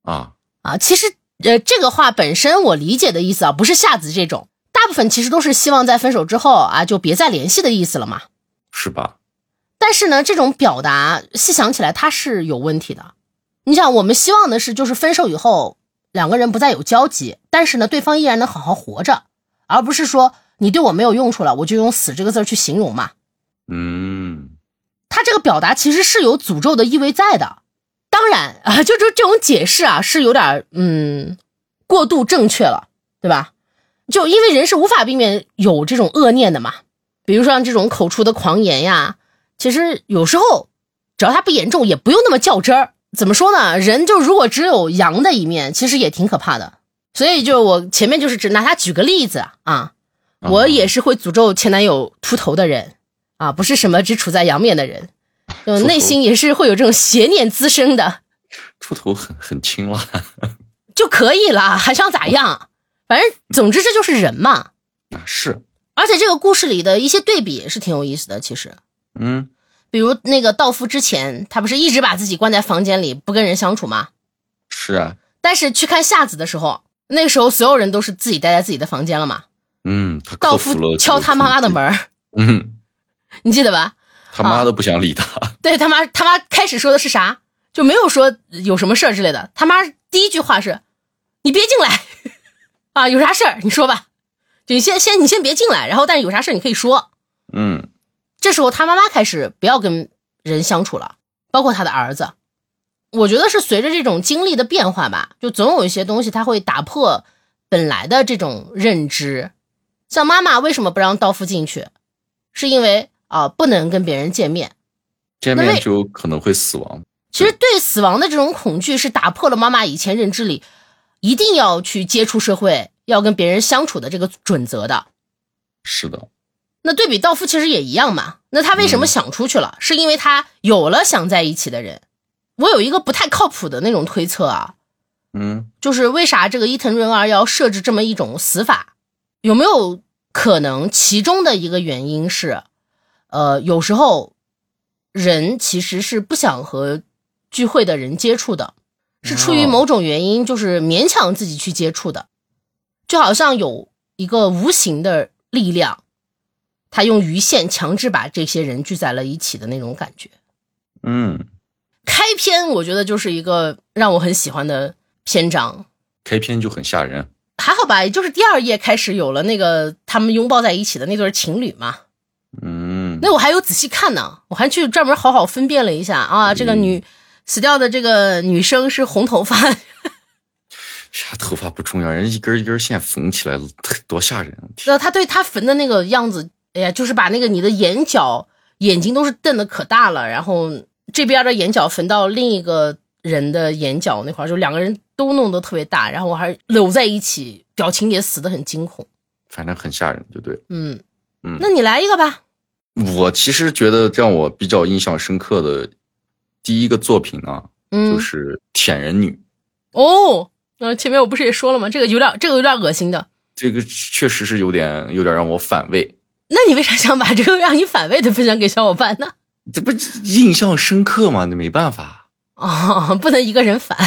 Speaker 2: 啊，
Speaker 1: 啊，其实呃，这个话本身我理解的意思啊，不是夏子这种，大部分其实都是希望在分手之后啊就别再联系的意思了嘛。
Speaker 2: 是吧？
Speaker 1: 但是呢，这种表达细想起来它是有问题的。你想，我们希望的是就是分手以后两个人不再有交集，但是呢，对方依然能好好活着，而不是说你对我没有用处了，我就用“死”这个字儿去形容嘛。
Speaker 2: 嗯，
Speaker 1: 他这个表达其实是有诅咒的意味在的。当然 啊，就这这种解释啊，是有点儿嗯过度正确了，对吧？就因为人是无法避免有这种恶念的嘛，比如说像这种口出的狂言呀，其实有时候只要它不严重，也不用那么较真儿。怎么说呢？人就如果只有阳的一面，其实也挺可怕的。所以就我前面就是只拿它举个例子啊，我也是会诅咒前男友秃头的人啊，不是什么只处在阳面的人，就内心也是会有这种邪念滋生的
Speaker 2: 秃头很很青了，
Speaker 1: 就可以了，还想咋样？反正总之这就是人嘛。
Speaker 2: 啊是，
Speaker 1: 而且这个故事里的一些对比也是挺有意思的，其实，
Speaker 2: 嗯
Speaker 1: 比如那个道夫之前他不是一直把自己关在房间里不跟人相处吗？
Speaker 2: 是啊，
Speaker 1: 但是去看夏子的时候，那个时候所有人都是自己待在自己的房间了嘛。
Speaker 2: 嗯，他
Speaker 1: 道
Speaker 2: 克服
Speaker 1: 夫
Speaker 2: 了
Speaker 1: 敲他妈的
Speaker 2: 这个
Speaker 1: 门儿，啊
Speaker 2: 恐惧，嗯，
Speaker 1: 你记得吧？
Speaker 2: 他妈都不想理他，
Speaker 1: 对他妈他妈开始说的是啥？就没有说有什么事儿之类的。他妈第一句话是：“你别进来啊，有啥事儿你说吧。就你先先你先别进来，然后但是有啥事儿你可以说。
Speaker 2: 嗯，”
Speaker 1: 这时候他妈妈开始不要跟人相处了，包括他的儿子。我觉得是随着这种经历的变化吧，就总有一些东西它会打破本来的这种认知。像妈妈为什么不让道夫进去，是因为啊、不能跟别人见面。
Speaker 2: 见
Speaker 1: 那
Speaker 2: 面
Speaker 1: 为
Speaker 2: 就可能会死亡，
Speaker 1: 其实对死亡的这种恐惧是打破了妈妈以前认知里一定要去接触社会、要跟别人相处的这个准则的。
Speaker 2: 是的，
Speaker 1: 那对比道夫其实也一样嘛。那他为什么
Speaker 2: 嗯
Speaker 1: 想出去了？是因为他有了想在一起的人。我有一个不太靠谱的那种推测啊，
Speaker 2: 嗯，
Speaker 1: 就是为啥这个伊藤润二要设置这么一种死法？有没有可能其中的一个原因是，呃，有时候人其实是不想和聚会的人接触的，是出于
Speaker 2: 哦
Speaker 1: 某种原因，就是勉强自己去接触的，就好像有一个无形的力量，他用鱼线强制把这些人聚在了一起的那种感觉。
Speaker 2: 嗯，
Speaker 1: 开篇我觉得就是一个让我很喜欢的篇章，
Speaker 2: 开篇就很吓人，
Speaker 1: 还好吧，也就是第二页开始有了那个他们拥抱在一起的那对情侣嘛。
Speaker 2: 嗯，
Speaker 1: 那我还有仔细看呢，我还去专门好好分辨了一下啊，这个女、死掉的这个女生是红头发，
Speaker 2: 啥头发不重要，人一根一根线缝起来，多吓人！天
Speaker 1: 然后她对她缝的那个样子，哎呀，就是把那个你的眼角眼睛都是瞪得可大了，然后这边的眼角缝到另一个人的眼角那块儿，就两个人都弄得特别大，然后我还搂在一起，表情也死得很惊恐。
Speaker 2: 反正很吓人，就对了。
Speaker 1: 嗯
Speaker 2: 嗯
Speaker 1: 那你来一个吧。
Speaker 2: 我其实觉得让我比较印象深刻的第一个作品呢，
Speaker 1: 嗯，
Speaker 2: 就是《舔人女》。
Speaker 1: 哦，呃，前面我不是也说了吗？这个有点，这个有点恶心的。
Speaker 2: 这个确实是有点有点让我反胃，
Speaker 1: 那你为啥想把这个让你反胃的分享给小伙伴呢？
Speaker 2: 这不印象深刻吗？那没办法，
Speaker 1: 哦，不能一个人反。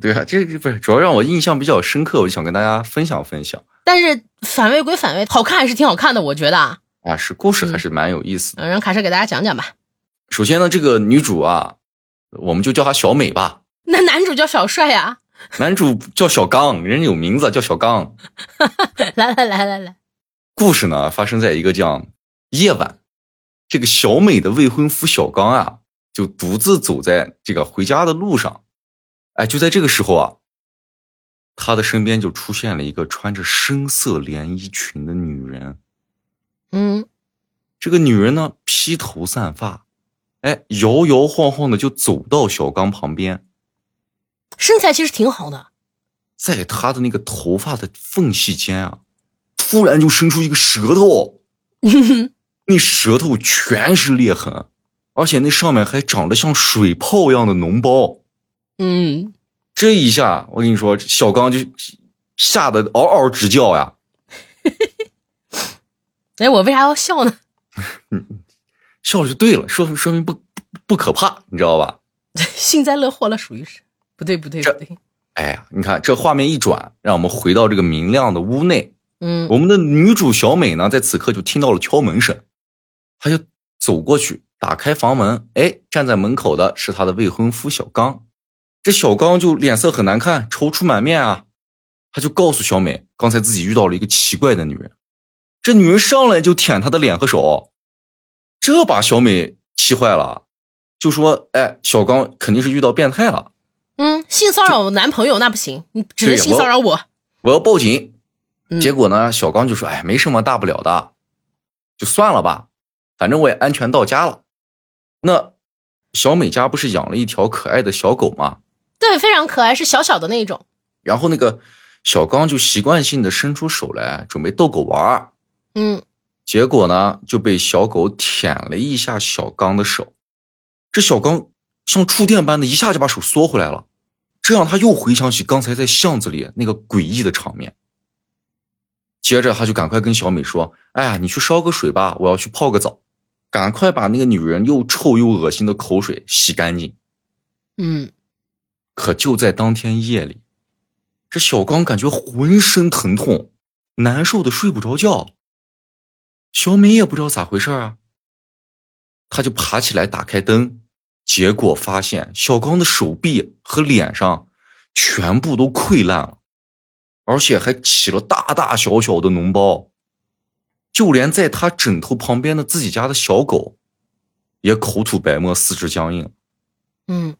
Speaker 2: 对啊，这个不是主要让我印象比较深刻，我就想跟大家分享分享
Speaker 1: 但是反胃归反胃，好看还是挺好看的，我觉得啊。
Speaker 2: 啊，是故事
Speaker 1: 嗯
Speaker 2: 还是蛮有意思的。
Speaker 1: 嗯，让卡莎给大家讲讲吧。
Speaker 2: 首先呢，这个女主啊，我们就叫她小美吧。
Speaker 1: 那男主叫小帅啊！
Speaker 2: 男主叫小刚，人家有名字叫小刚。
Speaker 1: 来来来来来，
Speaker 2: 故事呢发生在一个这样夜晚，这个小美的未婚夫小刚啊，就独自走在这个回家的路上。哎，就在这个时候啊，他的身边就出现了一个穿着深色连衣裙的女人。
Speaker 1: 嗯，
Speaker 2: 这个女人呢，披头散发，哎，摇摇晃晃的就走到小刚旁边，
Speaker 1: 身材其实挺好的，
Speaker 2: 在他的那个头发的缝隙间啊，突然就伸出一个舌头，那舌头全是裂痕，而且那上面还长得像水泡一样的脓包。
Speaker 1: 嗯，
Speaker 2: 这一下，我跟你说，小刚就吓得嗷嗷直叫呀。
Speaker 1: 哎，我为啥要笑呢？
Speaker 2: 笑就对了，说说明不不可怕，你知道吧？
Speaker 1: 幸灾乐祸了，属于是。不对不对不
Speaker 2: 这
Speaker 1: 对，
Speaker 2: 哎呀，你看这画面一转，让我们回到这个明亮的屋内。
Speaker 1: 嗯
Speaker 2: 我们的女主小美呢，在此刻就听到了敲门声，她就走过去打开房门，哎，站在门口的是她的未婚夫小刚。这小刚就脸色很难看，踌躇满面啊。他就告诉小美，刚才自己遇到了一个奇怪的女人，这女人上来就舔他的脸和手，这把小美气坏了，就说：“哎，小刚肯定是遇到变态了。”
Speaker 1: 嗯，性骚扰我男朋友那不行，你只能
Speaker 2: 对
Speaker 1: 性
Speaker 2: 我
Speaker 1: 骚扰我。
Speaker 2: 我要报警。
Speaker 1: 嗯
Speaker 2: 结果呢，小刚就说：“哎，没什么大不了的，就算了吧，反正我也安全到家了。”那小美家不是养了一条可爱的小狗吗？
Speaker 1: 对，非常可爱，是小小的那种。
Speaker 2: 然后那个小刚就习惯性的伸出手来准备逗狗玩儿，
Speaker 1: 嗯，
Speaker 2: 结果呢就被小狗舔了一下小刚的手，这小刚像触电般的一下就把手缩回来了，这让他又回想起刚才在巷子里那个诡异的场面。接着他就赶快跟小美说：“哎呀，你去烧个水吧，我要去泡个澡，赶快把那个女人又臭又恶心的口水洗干净。”
Speaker 1: 嗯，
Speaker 2: 可就在当天夜里，这小刚感觉浑身疼痛，难受的睡不着觉。小美也不知道咋回事啊，她就爬起来打开灯，结果发现小刚的手臂和脸上全部都溃烂了，而且还起了大大小小的脓包，就连在他枕头旁边的自己家的小狗，也口吐白沫，四肢僵硬。
Speaker 1: 嗯，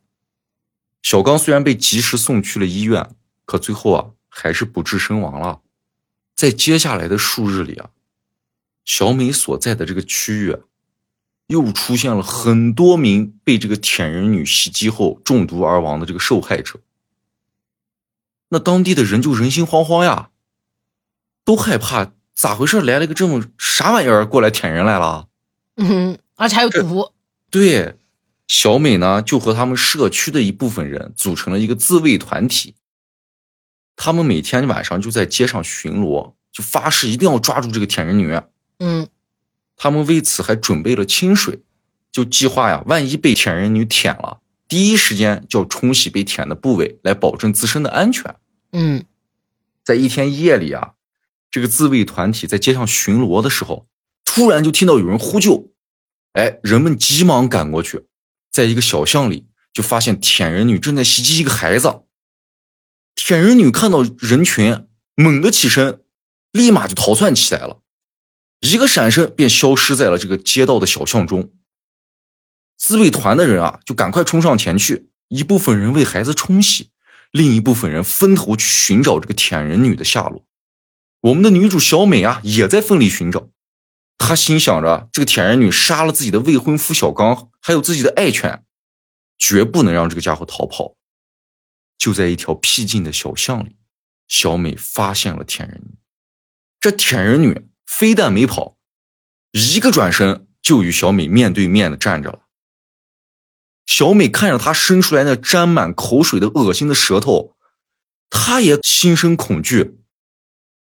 Speaker 2: 小刚虽然被及时送去了医院，可最后啊还是不治身亡了。在接下来的数日里啊，小美所在的这个区域啊，又出现了很多名被这个舔人女袭击后中毒而亡的这个受害者。那当地的人就人心惶惶呀，都害怕咋回事？来了个这么啥玩意儿过来舔人来了啊？
Speaker 1: 嗯，而且还有毒。
Speaker 2: 对，小美呢就和他们社区的一部分人组成了一个自卫团体，他们每天晚上就在街上巡逻，就发誓一定要抓住这个舔人女。
Speaker 1: 嗯
Speaker 2: 他们为此还准备了清水，就计划呀，万一被舔人女舔了，第一时间就要冲洗被舔的部位，来保证自身的安全。
Speaker 1: 嗯
Speaker 2: 在一天夜里啊，这个自卫团体在街上巡逻的时候，突然就听到有人呼救，哎，人们急忙赶过去，在一个小巷里就发现舔人女正在袭击一个孩子。舔人女看到人群，猛地起身，立马就逃窜起来了，一个闪身便消失在了这个街道的小巷中。自卫团的人啊，就赶快冲上前去，一部分人为孩子冲洗，另一部分人分头去寻找这个舔人女的下落。我们的女主小美啊，也在奋力寻找。她心想着，这个舔人女杀了自己的未婚夫小刚，还有自己的爱犬，绝不能让这个家伙逃跑。就在一条僻静的小巷里，小美发现了舔人女。这舔人女非但没跑，一个转身就与小美面对面的站着了。小美看着他伸出来那沾满口水的恶心的舌头，她也心生恐惧，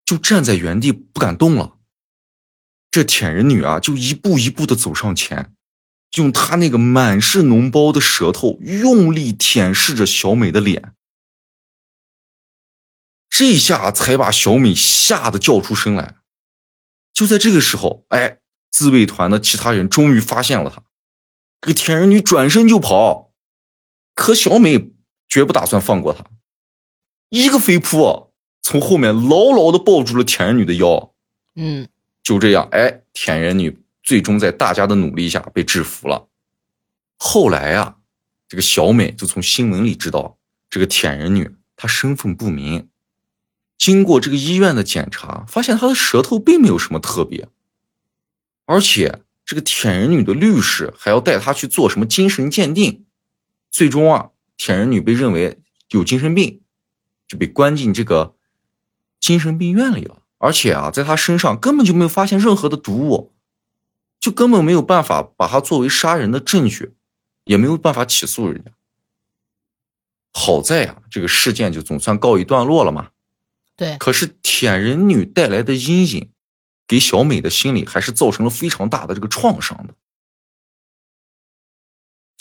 Speaker 2: 就站在原地不敢动了。这舔人女啊，就一步一步的走上前，用她那个满是脓包的舌头用力舔舐着小美的脸。这下才把小美吓得叫出声来。就在这个时候，哎，自卫团的其他人终于发现了她，个铁人女转身就跑，可小美绝不打算放过她，一个飞扑啊从后面牢牢的抱住了铁人女的腰。
Speaker 1: 嗯，
Speaker 2: 就这样，哎，铁人女最终在大家的努力下被制服了。后来啊，这个小美就从新闻里知道，这个铁人女她身份不明，经过这个医院的检查，发现她的舌头并没有什么特别，而且这个铁人女的律师还要带她去做什么精神鉴定。最终啊，铁人女被认为有精神病，就被关进这个精神病院里了。而且啊，在她身上根本就没有发现任何的毒物，就根本没有办法把她作为杀人的证据，也没有办法起诉人家。好在啊，这个事件就总算告一段落了嘛。
Speaker 1: 对，
Speaker 2: 可是铁人女带来的阴影，给小美的心理还是造成了非常大的这个创伤的。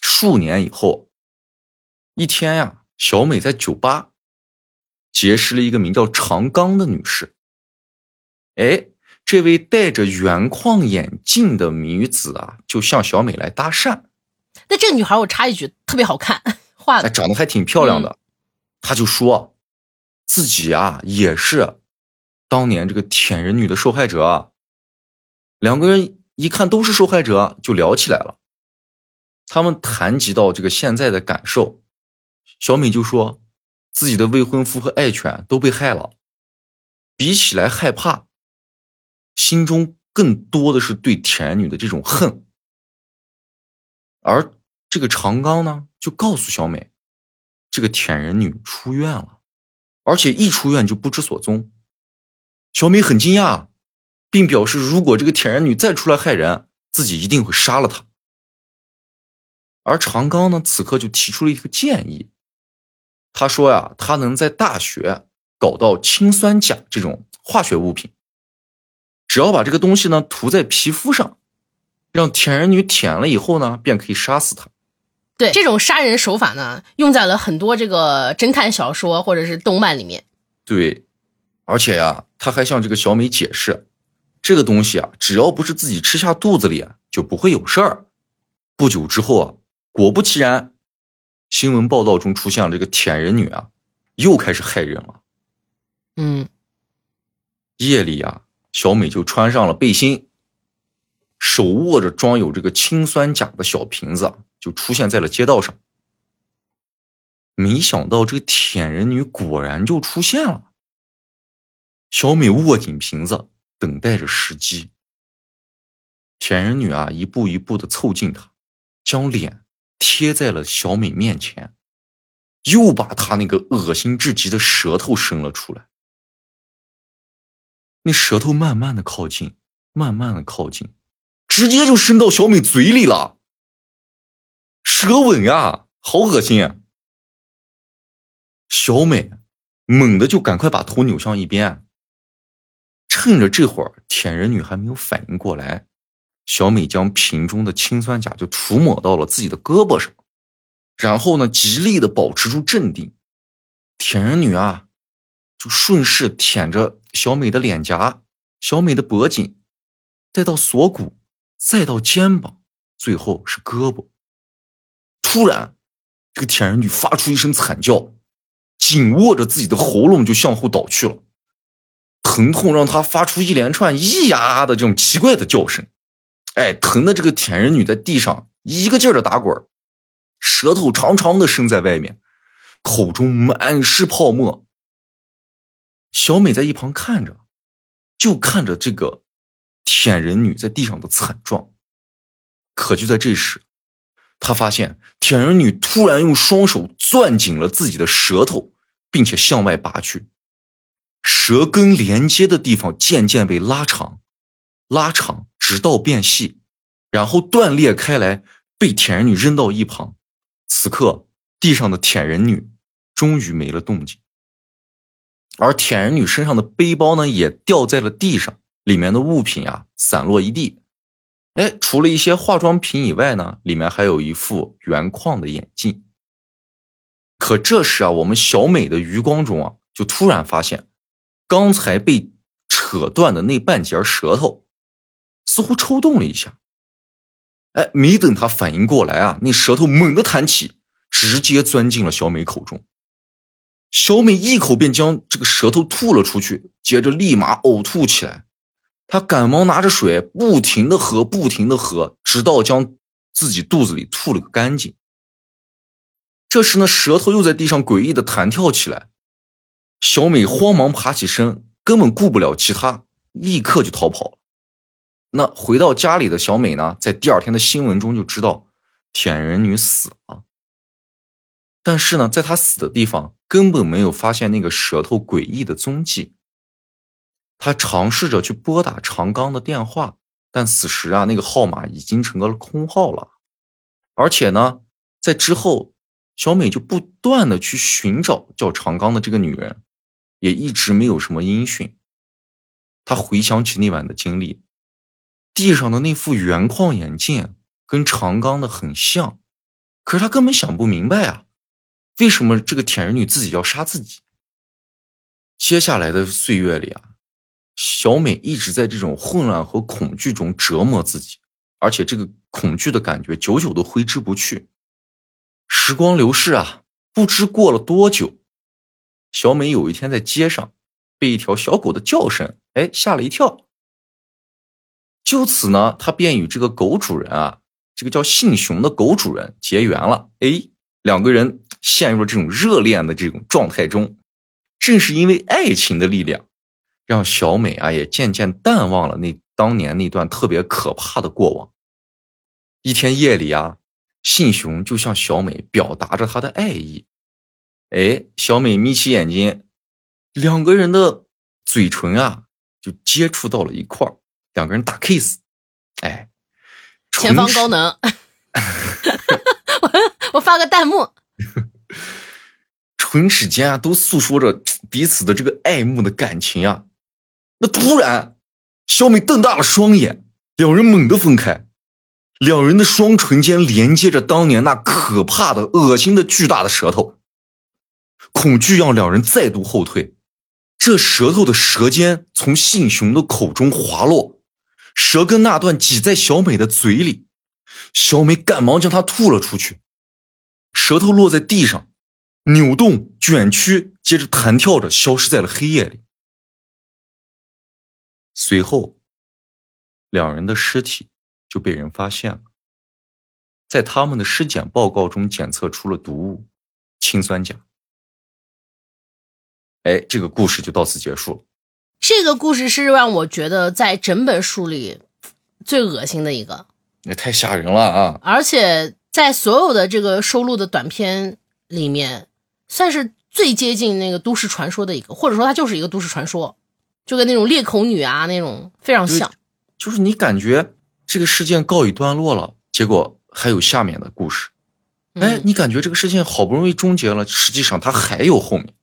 Speaker 2: 数年以后，一天呀、小美在酒吧结识了一个名叫长冈的女士。哎，这位戴着圆框眼镜的女子啊，就向小美来搭讪。
Speaker 1: 那这个女孩我插一句，特别好看， 画
Speaker 2: 她
Speaker 1: 的，
Speaker 2: 哎长得还挺漂亮的，她就说自己啊也是当年这个铁人女的受害者。两个人一看都是受害者，就聊起来了。他们谈及到这个现在的感受，小美就说自己的未婚夫和爱犬都被害了，比起来害怕，心中更多的是对铁人女的这种恨。而这个长冈呢，就告诉小美，这个铁人女出院了，而且一出院就不知所踪。小美很惊讶，啊并表示如果这个铁人女再出来害人，自己一定会杀了她。而长冈呢，此刻就提出了一个建议，他说呀，他能在大学搞到氰酸钾这种化学物品，只要把这个东西呢涂在皮肤上，让铁人女舔了以后呢，便可以杀死她。
Speaker 1: 对这种杀人手法呢，用在了很多这个侦探小说或者是动漫里面。
Speaker 2: 对，而且呀、他还向这个小美解释，这个东西啊，只要不是自己吃下肚子里，啊就不会有事儿。不久之后啊，果不其然，新闻报道中出现了这个铁人女啊，又开始害人了。
Speaker 1: 嗯，
Speaker 2: 夜里啊，小美就穿上了背心，手握着装有这个氰酸钾的小瓶子啊，就出现在了街道上。没想到这个铁人女果然就出现了。小美握紧瓶子，等待着时机。铁人女啊，一步一步的凑近她，将脸贴在了小美面前，又把她那个恶心至极的舌头伸了出来。那舌头慢慢的靠近，慢慢的靠近，直接就伸到小美嘴里了。舌吻啊，好恶心啊！小美猛地就赶快把头扭向一边，趁着这会儿铁人女还没有反应过来，小美将瓶中的氰酸钾就涂抹到了自己的胳膊上，然后呢，极力的保持住镇定。铁人女啊，就顺势舔着小美的脸颊、小美的脖颈，再到锁骨，再到肩膀，最后是胳膊。突然，这个铁人女发出一声惨叫，紧握着自己的喉咙就向后倒去了，疼痛让她发出一连串咿呀呀的这种奇怪的叫声。哎，疼的这个铁人女在地上一个劲儿的打滚儿，舌头长长的伸在外面，口中满是泡沫。小美在一旁看着，就看着这个舔人女在地上的惨状。可就在这时，她发现舔人女突然用双手攥紧了自己的舌头，并且向外拔去，舌根连接的地方渐渐被拉长，拉长直到变细，然后断裂开来，被舔人女扔到一旁。此刻，地上的舔人女终于没了动静。而铁人女身上的背包呢也掉在了地上，里面的物品啊散落一地。哎，除了一些化妆品以外呢，里面还有一副原矿的眼镜。可这时啊，我们小美的余光中啊，就突然发现，刚才被扯断的那半截舌头，似乎抽动了一下。哎，没等他反应过来啊，那舌头猛地弹起，直接钻进了小美口中。小美一口便将这个舌头吐了出去，接着立马呕吐起来。她赶忙拿着水，不停的喝，不停的喝，直到将自己肚子里吐了个干净。这时呢，舌头又在地上诡异的弹跳起来。小美慌忙爬起身，根本顾不了其他，立刻就逃跑了。那回到家里的小美呢，在第二天的新闻中就知道舔人女死了，但是呢，在她死的地方根本没有发现那个舌头诡异的踪迹。她尝试着去拨打长冈的电话，但此时啊，那个号码已经成了空号了。而且呢，在之后，小美就不断的去寻找叫长冈的这个女人，也一直没有什么音讯。她回想起那晚的经历。地上的那副原框眼镜跟长冈的很像，可是他根本想不明白啊，为什么这个舔人女自己要杀自己？接下来的岁月里啊，小美一直在这种混乱和恐惧中折磨自己，而且这个恐惧的感觉久久都挥之不去。时光流逝啊，不知过了多久，小美有一天在街上被一条小狗的叫声哎吓了一跳。就此呢，他便与这个狗主人啊，这个叫姓熊的狗主人结缘了。哎，两个人陷入了这种热恋的这种状态中。正是因为爱情的力量，让小美啊也渐渐淡忘了那当年那段特别可怕的过往。一天夜里啊，信雄就向小美表达着他的爱意。哎，小美眯起眼睛，两个人的嘴唇啊就接触到了一块儿。两个人打 kiss，哎，
Speaker 1: 前方高能， 我 我发个弹幕，
Speaker 2: 唇齿间啊都诉说着彼此的这个爱慕的感情啊。那突然，小美瞪大了双眼，两人猛地分开，两人的双唇间连接着当年那可怕的、恶心的、巨大的舌头。恐惧让两人再度后退，这舌头的舌尖从信雄的口中滑落。舌根那段挤在小美的嘴里，小美赶忙将它吐了出去，舌头落在地上，扭动卷曲，接着弹跳着消失在了黑夜里。随后，两人的尸体就被人发现了，在他们的尸检报告中检测出了毒物氰酸钾。哎，这个故事就到此结束了。
Speaker 1: 这个故事是让我觉得在整本书里最恶心的一个，
Speaker 2: 也太吓人了啊！
Speaker 1: 而且在所有的这个收录的短篇里面，算是最接近那个都市传说的一个，或者说它就是一个都市传说，就跟那种裂口女啊那种非常像。
Speaker 2: 就是你感觉这个事件告一段落了，结果还有下面的故事。
Speaker 1: 嗯
Speaker 2: 哎，你感觉这个事件好不容易终结了，实际上它还有后面，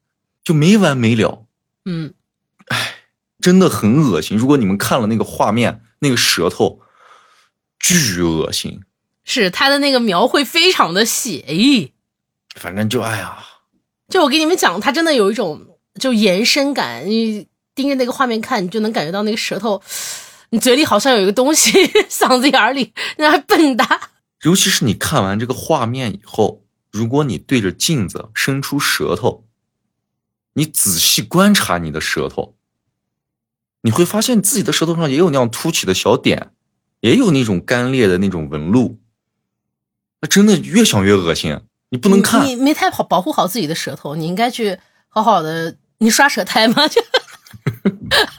Speaker 2: 就没完没了。
Speaker 1: 嗯，
Speaker 2: 哎，真的很恶心。如果你们看了那个画面，那个舌头，巨恶心。
Speaker 1: 是它的那个描绘非常的细，哎，
Speaker 2: 反正就哎呀，
Speaker 1: 就我给你们讲，它真的有一种就延伸感，你盯着那个画面看，你就能感觉到那个舌头，你嘴里好像有一个东西， 嗓子眼儿里那还蹦跶。
Speaker 2: 尤其是你看完这个画面以后，如果你对着镜子伸出舌头，你仔细观察你的舌头，你会发现自己的舌头上也有那样凸起的小点，也有那种干裂的那种纹路。那真的越想越恶心，啊你
Speaker 1: 嗯
Speaker 2: 不能看。
Speaker 1: 你你没太好保护好自己的舌头，你应该去好好的，你刷舌苔吗？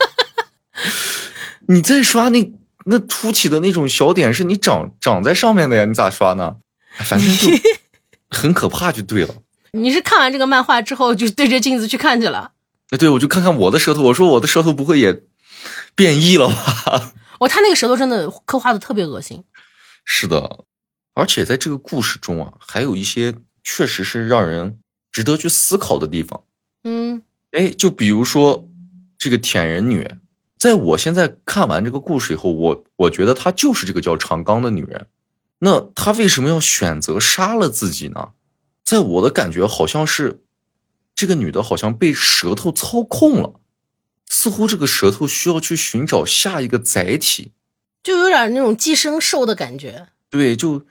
Speaker 2: 你再刷那那凸起的那种小点，是你长长在上面的呀，你咋刷呢？哎反正就很可怕，就对了。
Speaker 1: 你是看完这个漫画之后就对着镜子去看去了？
Speaker 2: 那哎对我就看看我的舌头，我说我的舌头不会也变异了吧？
Speaker 1: 哦，他那个舌头真的刻画的特别恶心。
Speaker 2: 是的，而且在这个故事中啊，还有一些确实是让人值得去思考的地方。
Speaker 1: 嗯
Speaker 2: 哎，就比如说这个舔人女，在我现在看完这个故事以后，我我觉得她就是这个叫长冈的女人。那她为什么要选择杀了自己呢？在我的感觉，好像是这个女的好像被舌头操控了，似乎这个舌头需要去寻找下一个载体。
Speaker 1: 就有点那种寄生兽的感觉。
Speaker 2: 对，就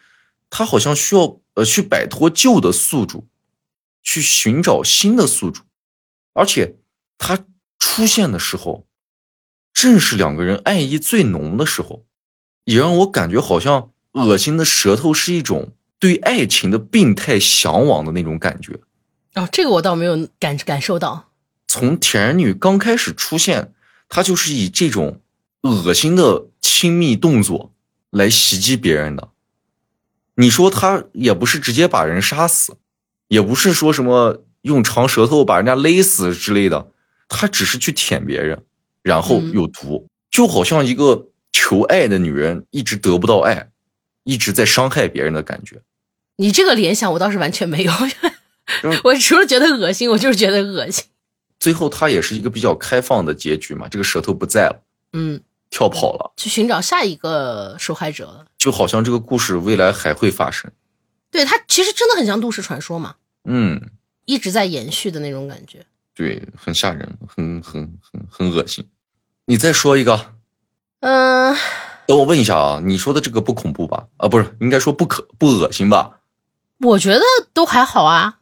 Speaker 2: 他好像需要呃去摆脱旧的宿主，去寻找新的宿主，而且他出现的时候，正是两个人爱意最浓的时候，也让我感觉好像恶心的舌头是一种对爱情的病态向往的那种感觉。
Speaker 1: 哦，这个我倒没有感感受到。
Speaker 2: 从铁人女刚开始出现，她就是以这种恶心的亲密动作来袭击别人的。你说她也不是直接把人杀死，也不是说什么用长舌头把人家勒死之类的，她只是去舔别人，然后
Speaker 1: 嗯
Speaker 2: 有毒，就好像一个求爱的女人一直得不到爱，一直在伤害别人的感觉。
Speaker 1: 你这个联想我倒是完全没有
Speaker 2: 就 是，
Speaker 1: 我除了觉得恶心，我就是觉得恶心。
Speaker 2: 最后，她也是一个比较开放的结局嘛，这个舌头不在了，
Speaker 1: 嗯，
Speaker 2: 跳跑了。
Speaker 1: 去寻找下一个受害者了。
Speaker 2: 就好像这个故事未来还会发生。
Speaker 1: 对他其实真的很像都市传说嘛，
Speaker 2: 嗯，
Speaker 1: 一直在延续的那种感觉。
Speaker 2: 对，很吓人，很很很很恶心。你再说一个，
Speaker 1: 嗯、
Speaker 2: 等我问一下啊，你说的这个不恐怖吧？啊，不是，应该说不可不恶心吧？
Speaker 1: 我觉得都还好啊。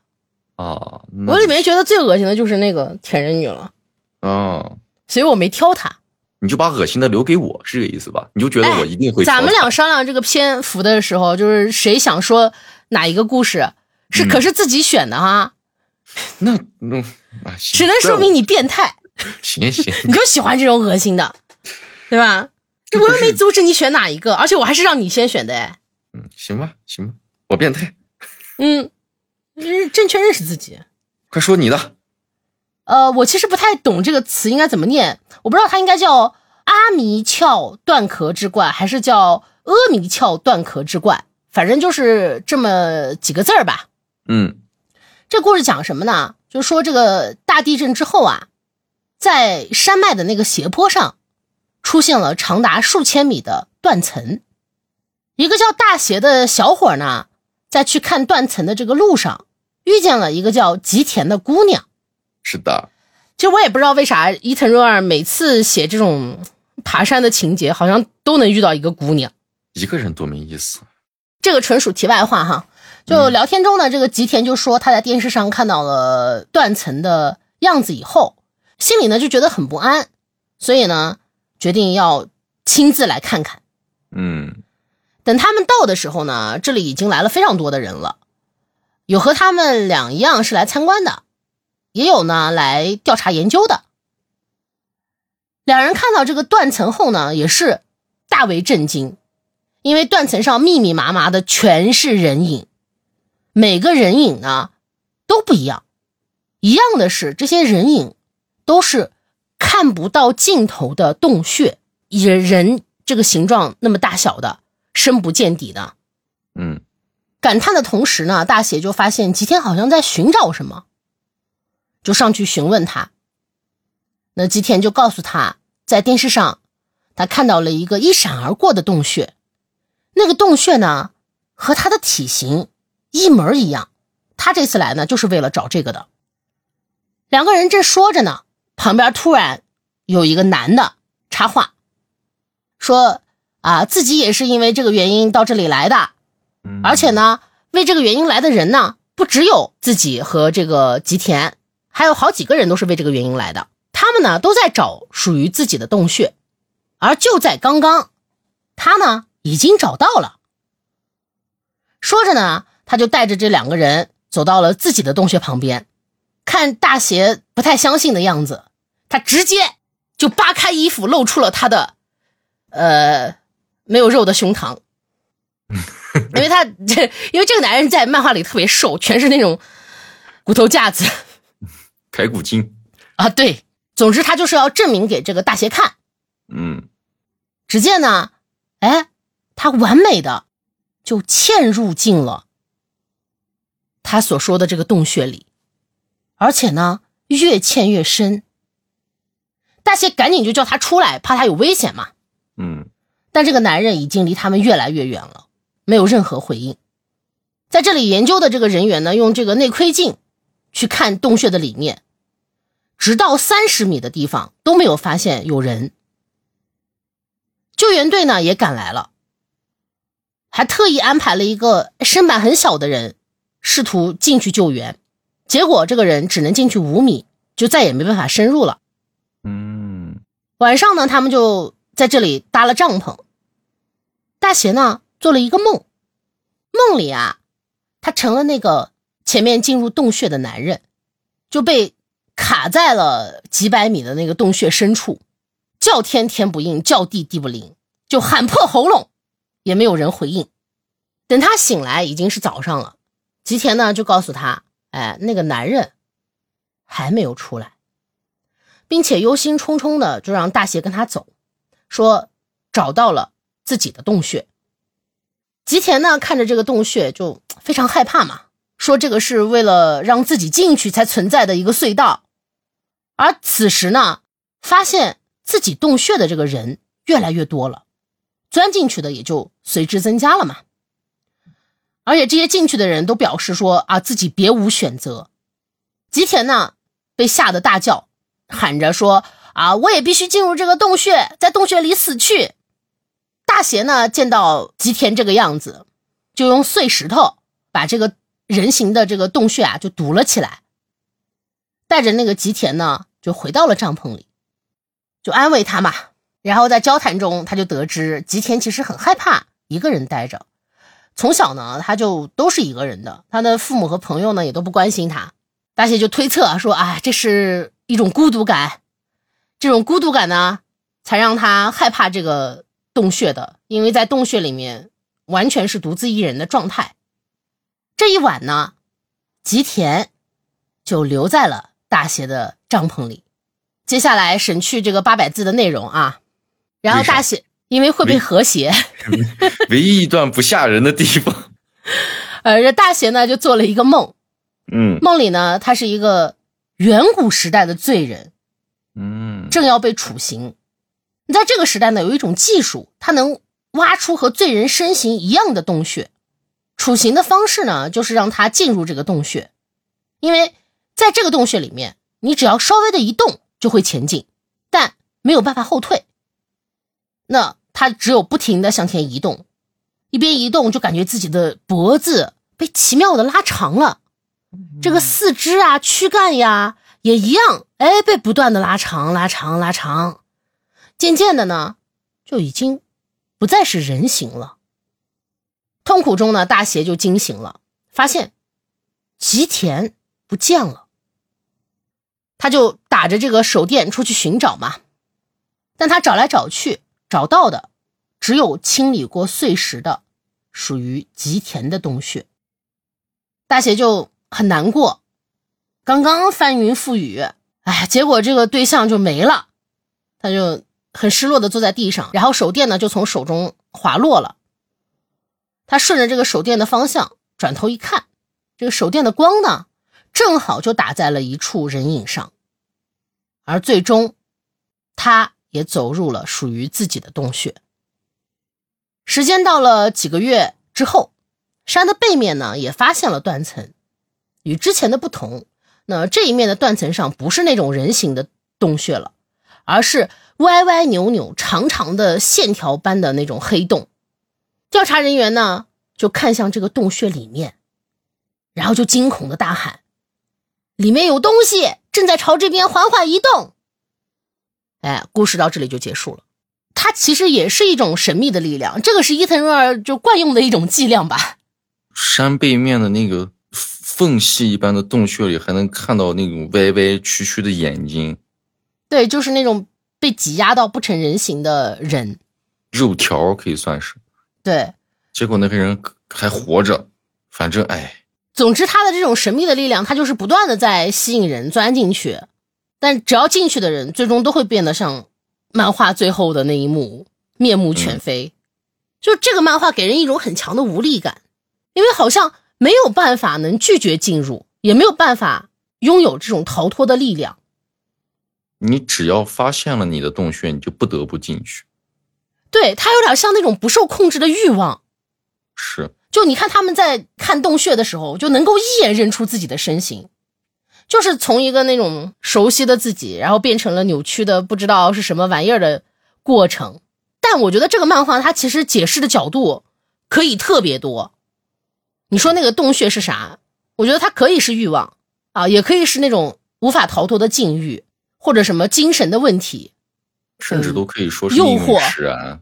Speaker 2: 啊，
Speaker 1: 我里面觉得最恶心的就是那个舔人女了，
Speaker 2: 啊，
Speaker 1: 所以我没挑她。
Speaker 2: 你就把恶心的留给我，是这个意思吧？你就觉得我一定会、
Speaker 1: 哎咱们俩商量这个篇幅的时候，就是谁想说哪一个故事，是
Speaker 2: 嗯
Speaker 1: 可是自己选的哈，
Speaker 2: 那嗯，啊，
Speaker 1: 只
Speaker 2: 行
Speaker 1: 能说明你变态，
Speaker 2: 行行，
Speaker 1: 你就喜欢这种恶心的，对吧？这我又没阻止你选哪一个，而且我还是让你先选的哎。
Speaker 2: 嗯， 行吧，行吧，我变态，
Speaker 1: 嗯，认正确认识自己。
Speaker 2: 快说你的。
Speaker 1: 呃，我其实不太懂这个词应该怎么念，我不知道它应该叫阿弥壳断壳之怪，还是叫阿弥壳断壳之怪，反正就是这么几个字儿吧。
Speaker 2: 嗯
Speaker 1: 这故事讲什么呢？就说这个大地震之后啊，在山脉的那个斜坡上，出现了长达数千米的断层。一个叫大邪的小伙呢，在去看断层的这个路上，遇见了一个叫吉田的姑娘。
Speaker 2: 是的，
Speaker 1: 其实我也不知道为啥伊藤润二每次写这种爬山的情节，好像都能遇到一个姑娘。
Speaker 2: 一个人多没意思。
Speaker 1: 这个纯属题外话哈。就聊天中呢，这个吉田就说他在电视上看到了断层的样子以后，心里呢就觉得很不安，所以呢决定要亲自来看看。
Speaker 2: 嗯
Speaker 1: 等他们到的时候呢，这里已经来了非常多的人了，有和他们两样是来参观的，也有呢来调查研究的。两人看到这个断层后呢，也是大为震惊，因为断层上密密麻麻的全是人影，每个人影呢都不一样。一样的是，这些人影都是看不到尽头的洞穴，也人这个形状那么大小的，深不见底的。
Speaker 2: 嗯，
Speaker 1: 感叹的同时呢，大写就发现吉田好像在寻找什么，就上去询问他。那吉田就告诉他，在电视上他看到了一个一闪而过的洞穴，那个洞穴呢和他的体型一模儿一样。他这次来呢，就是为了找这个的。两个人正说着呢，旁边突然有一个男的插话，说啊，自己也是因为这个原因到这里来的。
Speaker 2: 嗯
Speaker 1: 而且，呢，为这个原因来的人呢，不只有自己和这个吉田，还有好几个人都是为这个原因来的。他们呢，都在找属于自己的洞穴，而就在刚刚，他呢已经找到了。说着呢，他就带着这两个人走到了自己的洞穴旁边，看大邪不太相信的样子，他直接就扒开衣服，露出了他的，呃，没有肉的胸膛。因为他这，因为这个男人在漫画里特别瘦，全是那种骨头架子
Speaker 2: 排骨精。
Speaker 1: 啊。对，总之他就是要证明给这个大邪看。
Speaker 2: 嗯
Speaker 1: 只见呢，哎，他完美的就嵌入进了他所说的这个洞穴里，而且呢，越嵌越深。大邪赶紧就叫他出来，怕他有危险嘛。
Speaker 2: 嗯
Speaker 1: 但这个男人已经离他们越来越远了，没有任何回应。在这里研究的这个人员呢，用这个内窥镜去看洞穴的里面，直到三十米的地方都没有发现有人。救援队呢也赶来了，还特意安排了一个身板很小的人试图进去救援，结果这个人只能进去五米，就再也没办法深入了。
Speaker 2: 嗯，
Speaker 1: 晚上呢，他们就在这里搭了帐篷。大邪呢做了一个梦，梦里啊，他成了那个前面进入洞穴的男人，就被卡在了几百米的那个洞穴深处，叫天天不应，叫地地不灵，就喊破喉咙，也没有人回应。等他醒来已经是早上了，吉田呢就告诉他，哎，那个男人还没有出来。并且忧心忡忡的就让大邪跟他走，说找到了自己的洞穴。吉田呢看着这个洞穴就非常害怕嘛，说这个是为了让自己进去才存在的一个隧道。而此时呢，发现自己洞穴的这个人越来越多了，钻进去的也就随之增加了嘛。而且这些进去的人都表示说啊，自己别无选择。吉田呢被吓得大叫，喊着说：“啊，我也必须进入这个洞穴，在洞穴里死去。”大邪呢，见到吉田这个样子，就用碎石头把这个人形的这个洞穴啊就堵了起来，带着那个吉田呢，就回到了帐篷里，就安慰他嘛。然后在交谈中，他就得知吉田其实很害怕一个人待着，从小呢，他就都是一个人的，他的父母和朋友呢也都不关心他，大姐就推测说啊，这是一种孤独感，这种孤独感呢，才让他害怕这个洞穴的，因为在洞穴里面完全是独自一人的状态。这一晚呢，吉田就留在了大邪的帐篷里。接下来省去这个八百字的内容啊，然后
Speaker 2: 为啥
Speaker 1: 大邪因为会被
Speaker 2: 为
Speaker 1: 和谐，
Speaker 2: 唯一一段不吓人的地 方，
Speaker 1: 呃，这大邪呢就做了一个梦，
Speaker 2: 嗯
Speaker 1: 梦里呢他是一个远古时代的罪人，
Speaker 2: 嗯，
Speaker 1: 正要被处刑。在这个时代呢，有一种技术，它能挖出和罪人身形一样的洞穴。处刑的方式呢，就是让他进入这个洞穴，因为在这个洞穴里面，你只要稍微的一动就会前进，但没有办法后退。那他只有不停的向前移动，一边移动就感觉自己的脖子被奇妙的拉长了，这个四肢啊、躯干呀也一样，哎，被不断的拉长、拉长、拉长，渐渐的呢，就已经不再是人形了。痛苦中呢，大邪就惊醒了，发现吉田不见了。他就打着这个手电出去寻找嘛，但他找来找去，找到的只有清理过碎石的，属于吉田的洞穴。大邪就很难过，刚刚翻云覆雨，哎，结果这个对象就没了，他就很失落的坐在地上，然后手电呢就从手中滑落了。他顺着这个手电的方向转头一看，这个手电的光呢，正好就打在了一处人影上，而最终，他也走入了属于自己的洞穴。时间到了几个月之后，山的背面呢也发现了断层，与之前的不同，那这一面的断层上不是那种人形的洞穴了，而是歪歪扭扭、长长的线条般的那种黑洞。调查人员呢就看向这个洞穴里面，然后就惊恐的大喊：“里面有东西，正在朝这边缓缓移动。”哎，故事到这里就结束了。它其实也是一种神秘的力量，这个是伊藤润二就惯用的一种伎俩吧？
Speaker 2: 山背面的那个缝隙一般的洞穴里，还能看到那种歪歪曲曲的眼睛、
Speaker 1: 对，就是那种被挤压到不成人形的人。
Speaker 2: 肉条，可以算是。
Speaker 1: 对，
Speaker 2: 结果那个人还活着，反正哎，
Speaker 1: 总之，他的这种神秘的力量，它就是不断的在吸引人钻进去，但只要进去的人，最终都会变得像漫画最后的那一幕面目全非。就这个漫画给人一种很强的无力感，因为好像没有办法能拒绝进入，也没有办法拥有这种逃脱的力量。
Speaker 2: 你只要发现了你的洞穴，你就不得不进去。
Speaker 1: 对，它有点像那种不受控制的欲望。
Speaker 2: 是，
Speaker 1: 就你看他们在看洞穴的时候，就能够一眼认出自己的身形，就是从一个那种熟悉的自己，然后变成了扭曲的不知道是什么玩意儿的过程。但我觉得这个漫画它其实解释的角度可以特别多。你说那个洞穴是啥？我觉得它可以是欲望啊，也可以是那种无法逃脱的境遇，或者什么精神的问题。
Speaker 2: 甚至都可以说是
Speaker 1: 嗯诱
Speaker 2: 命运
Speaker 1: 惑
Speaker 2: 使然。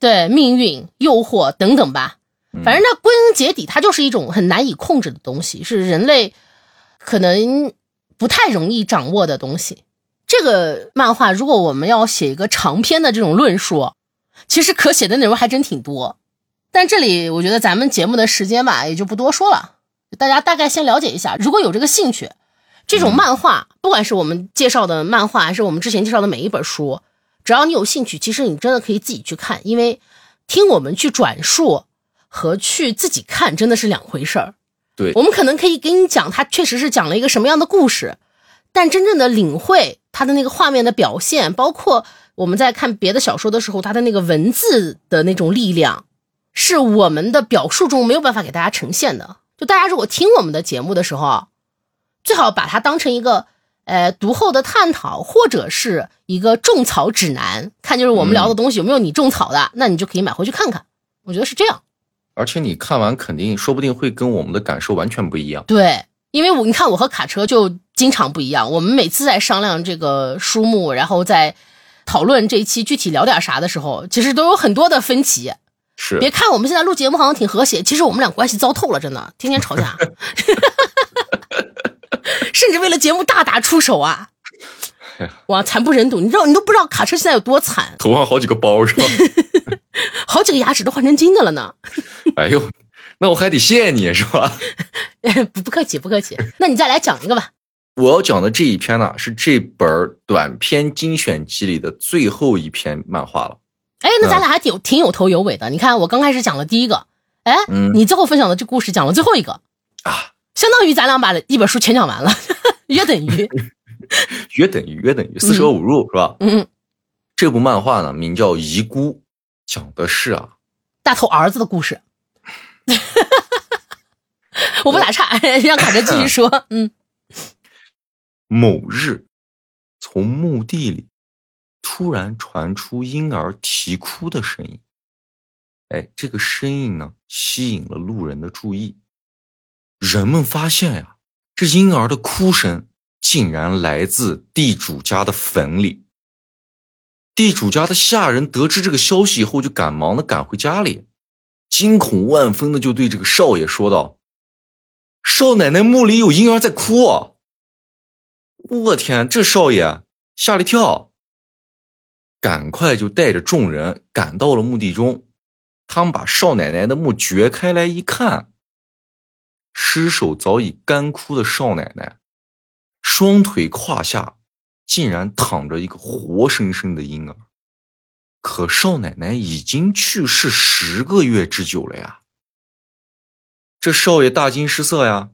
Speaker 1: 对命运、诱惑等等吧。
Speaker 2: 嗯
Speaker 1: 反正它归根结底，它就是一种很难以控制的东西，是人类可能不太容易掌握的东西。这个漫画，如果我们要写一个长篇的这种论述，其实可写的内容还真挺多。但这里我觉得咱们节目的时间吧，也就不多说了，大家大概先了解一下。如果有这个兴趣，这种漫画，不管是我们介绍的漫画，还是我们之前介绍的每一本书，只要你有兴趣，其实你真的可以自己去看，因为听我们去转述和去自己看真的是两回事儿。
Speaker 2: 对
Speaker 1: 我们可能可以给你讲，它确实是讲了一个什么样的故事，但真正的领会它的那个画面的表现，包括我们在看别的小说的时候，它的那个文字的那种力量，是我们的表述中没有办法给大家呈现的。就大家如果听我们的节目的时候啊，最好把它当成一个呃读后的探讨，或者是一个种草指南，看就是我们聊的东西有没有你种草的，那你就可以买回去看看。我觉得是这样，
Speaker 2: 而且你看完肯定说不定会跟我们的感受完全不一样。
Speaker 1: 对，因为我你看我和卡车就经常不一样，我们每次在商量这个书目，然后在讨论这一期具体聊点啥的时候，其实都有很多的分歧。
Speaker 2: 是
Speaker 1: 别看我们现在录节目好像挺和谐，其实我们俩关系糟透了，真的，天天吵架，甚至为了节目大打出手啊！哇，惨不忍睹！你知道，你都不知道卡车现在有多惨，
Speaker 2: 头上好几个包是吧？
Speaker 1: 好几个牙齿都换成金的了呢。
Speaker 2: 哎呦，那我还得谢谢你是吧？
Speaker 1: 不不客气，不客气。那你再来讲一个吧。
Speaker 2: 我要讲的这一篇呢，是这本儿短篇精选集里的最后一篇漫画了。
Speaker 1: 哎，那咱俩还挺有挺有头有尾的。你看，我刚开始讲了第一个，哎，
Speaker 2: 嗯
Speaker 1: 你最后分享的这故事讲了最后一个，
Speaker 2: 啊，
Speaker 1: 相当于咱俩把一本书全讲完了， 约等于，
Speaker 2: 约等于约等于四舍五入、是吧？
Speaker 1: 嗯，
Speaker 2: 这部漫画呢，名叫《遗孤》，讲的是啊，
Speaker 1: 大头儿子的故事。 我不打岔， 让卡哲继续说。嗯，
Speaker 2: 某日，从墓地里突然传出婴儿啼哭的声音。哎，这个声音呢，吸引了路人的注意。人们发现呀、这婴儿的哭声竟然来自地主家的坟里。地主家的下人得知这个消息以后，就赶忙的赶回家里，惊恐万分的就对这个少爷说道：“少奶奶墓里有婴儿在哭、啊。”我天，这少爷吓了一跳，赶快就带着众人赶到了墓地中。他们把少奶奶的墓掘开来一看，尸首早已干枯的少奶奶，双腿胯下竟然躺着一个活生生的婴儿。可少奶奶已经去世十个月之久了呀！这少爷大惊失色呀，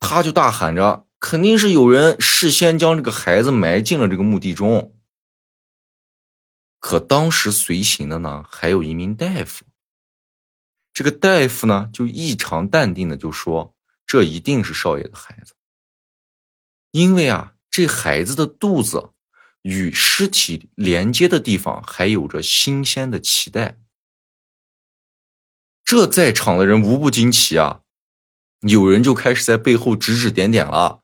Speaker 2: 他就大喊着：“肯定是有人事先将这个孩子埋进了这个墓地中。”可当时随行的呢，还有一名大夫。这个大夫呢，就异常淡定的就说：“这一定是少爷的孩子，因为啊，这孩子的肚子与尸体连接的地方还有着新鲜的脐带。”这在场的人无不惊奇啊！有人就开始在背后指指点点了，啊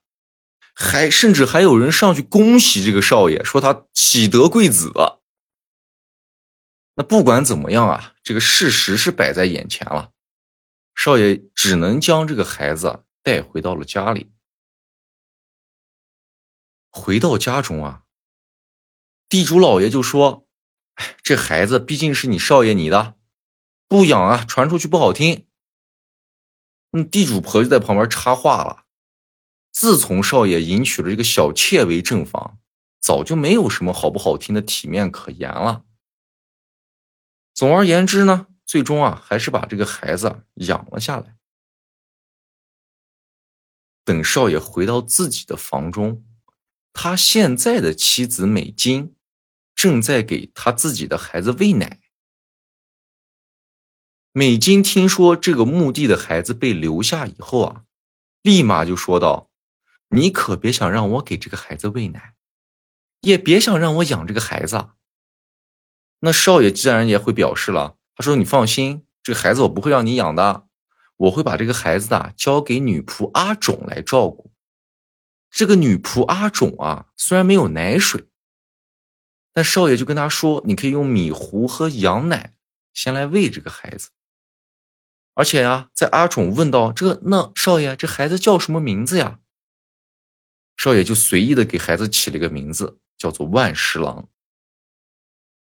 Speaker 2: 还甚至还有人上去恭喜这个少爷，说他喜得贵子。啊那不管怎么样啊，这个事实是摆在眼前了，少爷只能将这个孩子啊带回到了家里。回到家中啊，地主老爷就说：“哎，这孩子毕竟是你少爷你的，不养啊，传出去不好听。”嗯，地主婆就在旁边插话了。自从少爷迎娶了这个小妾为正房，早就没有什么好不好听的体面可言了。总而言之呢，最终啊，还是把这个孩子养了下来。等少爷回到自己的房中，他现在的妻子美金正在给他自己的孩子喂奶。美金听说这个墓地的孩子被留下以后啊，立马就说道：“你可别想让我给这个孩子喂奶，也别想让我养这个孩子。”啊。”那少爷自然也会表示了，他说：“你放心，这个孩子我不会让你养的，我会把这个孩子啊交给女仆阿种来照顾。这个女仆阿种啊，虽然没有奶水，但少爷就跟他说，你可以用米糊和羊奶先来喂这个孩子。而且呀、在阿种问到这那少爷这孩子叫什么名字呀？少爷就随意的给孩子起了一个名字，叫做万十郎。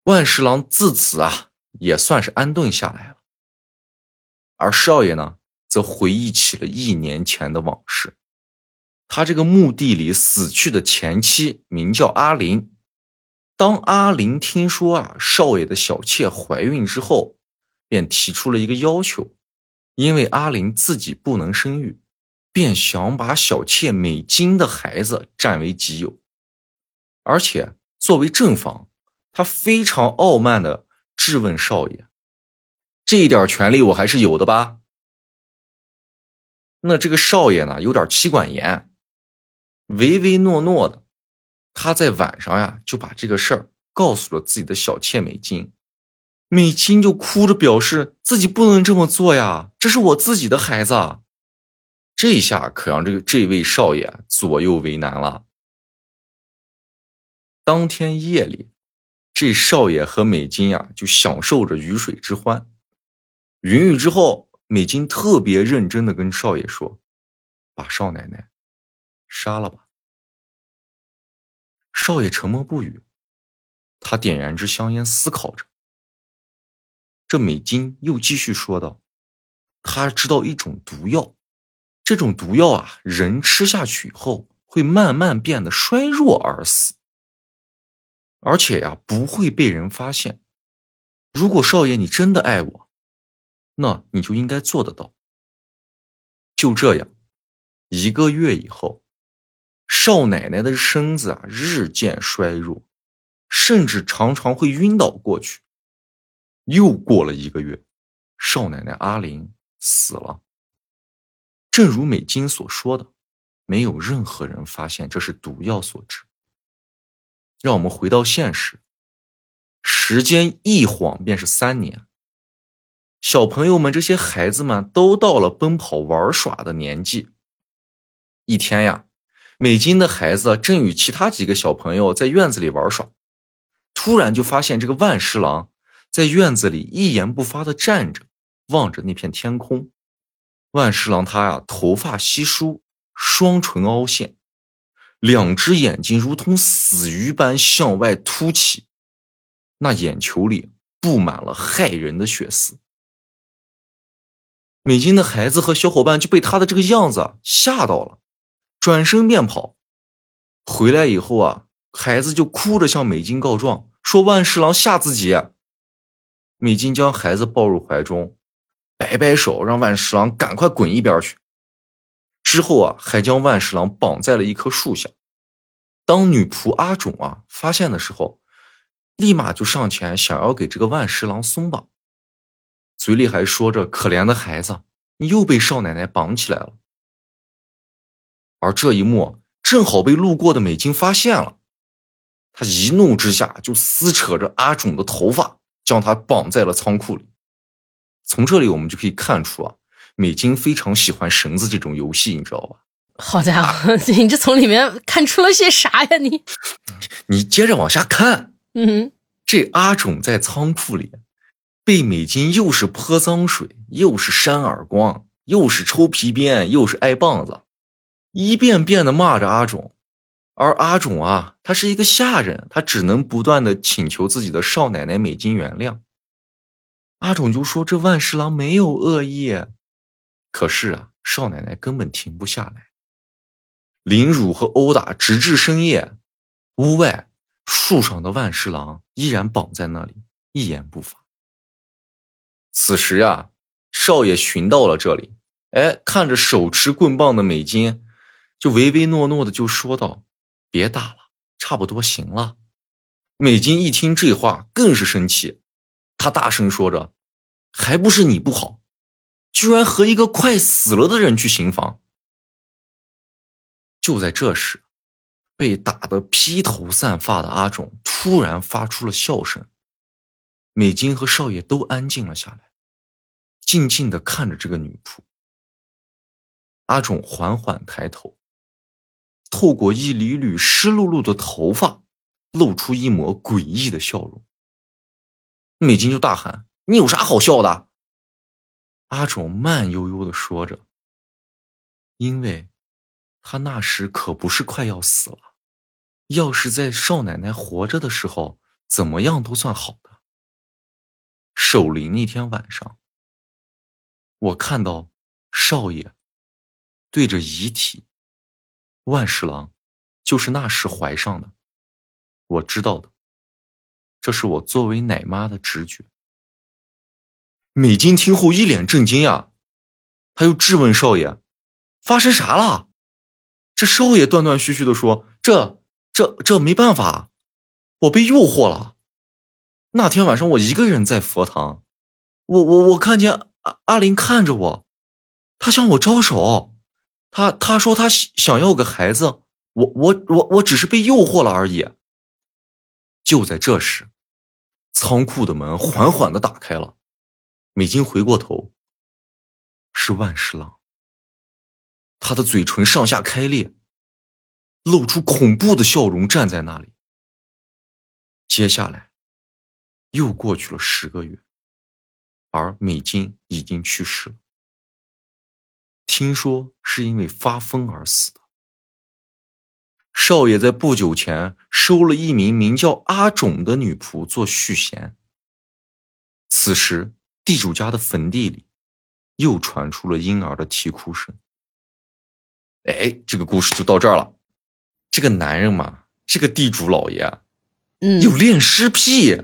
Speaker 2: 万十郎自此啊，也算是安顿下来了。而少爷呢，则回忆起了一年前的往事。他这个墓地里死去的前妻名叫阿林。当阿林听说啊少爷的小妾怀孕之后，便提出了一个要求，因为阿林自己不能生育，便想把小妾美金的孩子占为己有。而且作为正房，他非常傲慢的质问少爷：“这一点权利我还是有的吧？”那这个少爷呢，有点妻管严，唯唯诺诺的。他在晚上呀，就把这个事儿告诉了自己的小妾美金。美金就哭着表示自己不能这么做呀，这是我自己的孩子啊。这一下可让这个这位少爷啊左右为难了。当天夜里，这少爷和美金呀、就享受着鱼水之欢。云雨之后，美金特别认真的跟少爷说：“把少奶奶杀了吧。”少爷沉默不语，他点燃支香烟，思考着。这美金又继续说道：“他知道一种毒药，这种毒药啊，人吃下去以后会慢慢变得衰弱而死，而且呀、不会被人发现。如果少爷你真的爱我，那你就应该做得到。”就这样，一个月以后，少奶奶的身子啊日渐衰弱，甚至常常会晕倒过去。又过了一个月，少奶奶阿玲死了。正如美金所说的，没有任何人发现这是毒药所致。让我们回到现实，时间一晃便是三年。小朋友们这些孩子们都到了奔跑玩耍的年纪。一天呀，美金的孩子正与其他几个小朋友在院子里玩耍，突然就发现这个万十郎在院子里一言不发地站着，望着那片天空。万十郎他呀、头发稀疏，双唇凹陷，两只眼睛如同死鱼般向外凸起，那眼球里布满了骇人的血丝。美金的孩子和小伙伴就被他的这个样子啊吓到了，转身便跑。回来以后啊，孩子就哭着向美金告状，说万侍郎吓自己。啊美金将孩子抱入怀中，摆摆手让万侍郎赶快滚一边去。之后啊，还将万侍郎绑在了一棵树下。当女仆阿种啊发现的时候，立马就上前想要给这个万侍郎松绑。嘴里还说着：“可怜的孩子，你又被少奶奶绑起来了。”而这一幕啊正好被路过的美金发现了，他一怒之下就撕扯着阿种的头发，将他绑在了仓库里。从这里我们就可以看出啊，美金非常喜欢绳子这种游戏，你知道吧？
Speaker 1: 好家伙，你这从里面看出了些啥呀你？
Speaker 2: 你接着往下看。
Speaker 1: 嗯，
Speaker 2: 这阿种在仓库里被美金又是泼脏水，又是扇耳光，又是抽皮鞭，又是挨棒子，一遍遍的骂着阿种。而阿种啊，他是一个下人，他只能不断的请求自己的少奶奶美金原谅。阿种就说：“这万十郎没有恶意。”可是啊，少奶奶根本停不下来，凌辱和殴打直至深夜。屋外，树上的万十郎依然绑在那里，一言不发。此时啊，少爷寻到了这里，哎，看着手持棍棒的美金，就唯唯诺诺的就说道：“别打了，差不多行了。”美金一听这话，更是生气，他大声说着：“还不是你不好，居然和一个快死了的人去行房。”就在这时，被打得披头散发的阿种突然发出了笑声。美金和少爷都安静了下来，静静地看着这个女仆。阿种缓缓抬头，透过一缕缕湿漉漉的头发，露出一抹诡异的笑容。美金就大喊：“你有啥好笑的？”阿种慢悠悠地说着，因为他那时可不是快要死了。要是在少奶奶活着的时候，怎么样都算好的。守灵那天晚上，我看到少爷对着遗体，万侍郎就是那时怀上的，我知道的，这是我作为奶妈的直觉。美金听后一脸震惊呀、啊，他又质问少爷：“发生啥了？”这少爷断断续续的说：“这。”这这没办法，我被诱惑了。那天晚上我一个人在佛堂，我我我看见阿阿林看着我，他向我招手，他他说他想要个孩子，我我我我只是被诱惑了而已。就在这时，仓库的门缓缓的打开了，美金回过头，是万侍郎，他的嘴唇上下开裂。露出恐怖的笑容，站在那里。接下来，又过去了十个月，而美金已经去世了。听说是因为发疯而死的。少爷在不久前收了一名名叫阿种的女仆做续弦。此时，地主家的坟地里又传出了婴儿的啼哭声。哎，这个故事就到这儿了。这个男人嘛，这个地主老爷，啊
Speaker 1: 嗯，
Speaker 2: 有恋尸癖。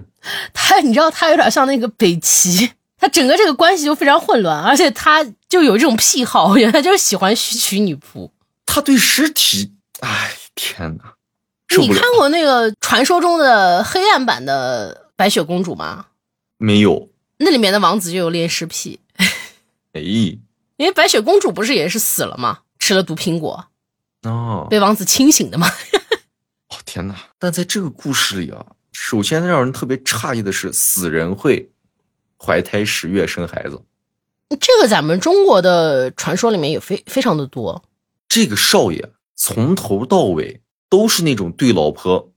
Speaker 1: 他，你知道，他有点像那个北齐，他整个这个关系就非常混乱，而且他就有这种癖好，原来就是喜欢娶女仆。
Speaker 2: 他对尸体，哎，天哪！
Speaker 1: 你看过那个传说中的黑暗版的白雪公主吗？
Speaker 2: 没有。
Speaker 1: 那里面的王子就有恋尸癖。
Speaker 2: 哎，
Speaker 1: 因为白雪公主不是也是死了吗？吃了毒苹果。
Speaker 2: 哦，
Speaker 1: 被王子清醒的吗？
Speaker 2: 哦天哪！但在这个故事里啊，首先让人特别诧异的是，死人会怀胎十月生孩子，
Speaker 1: 这个咱们中国的传说里面也非非常的多。
Speaker 2: 这个少爷从头到尾都是那种对老婆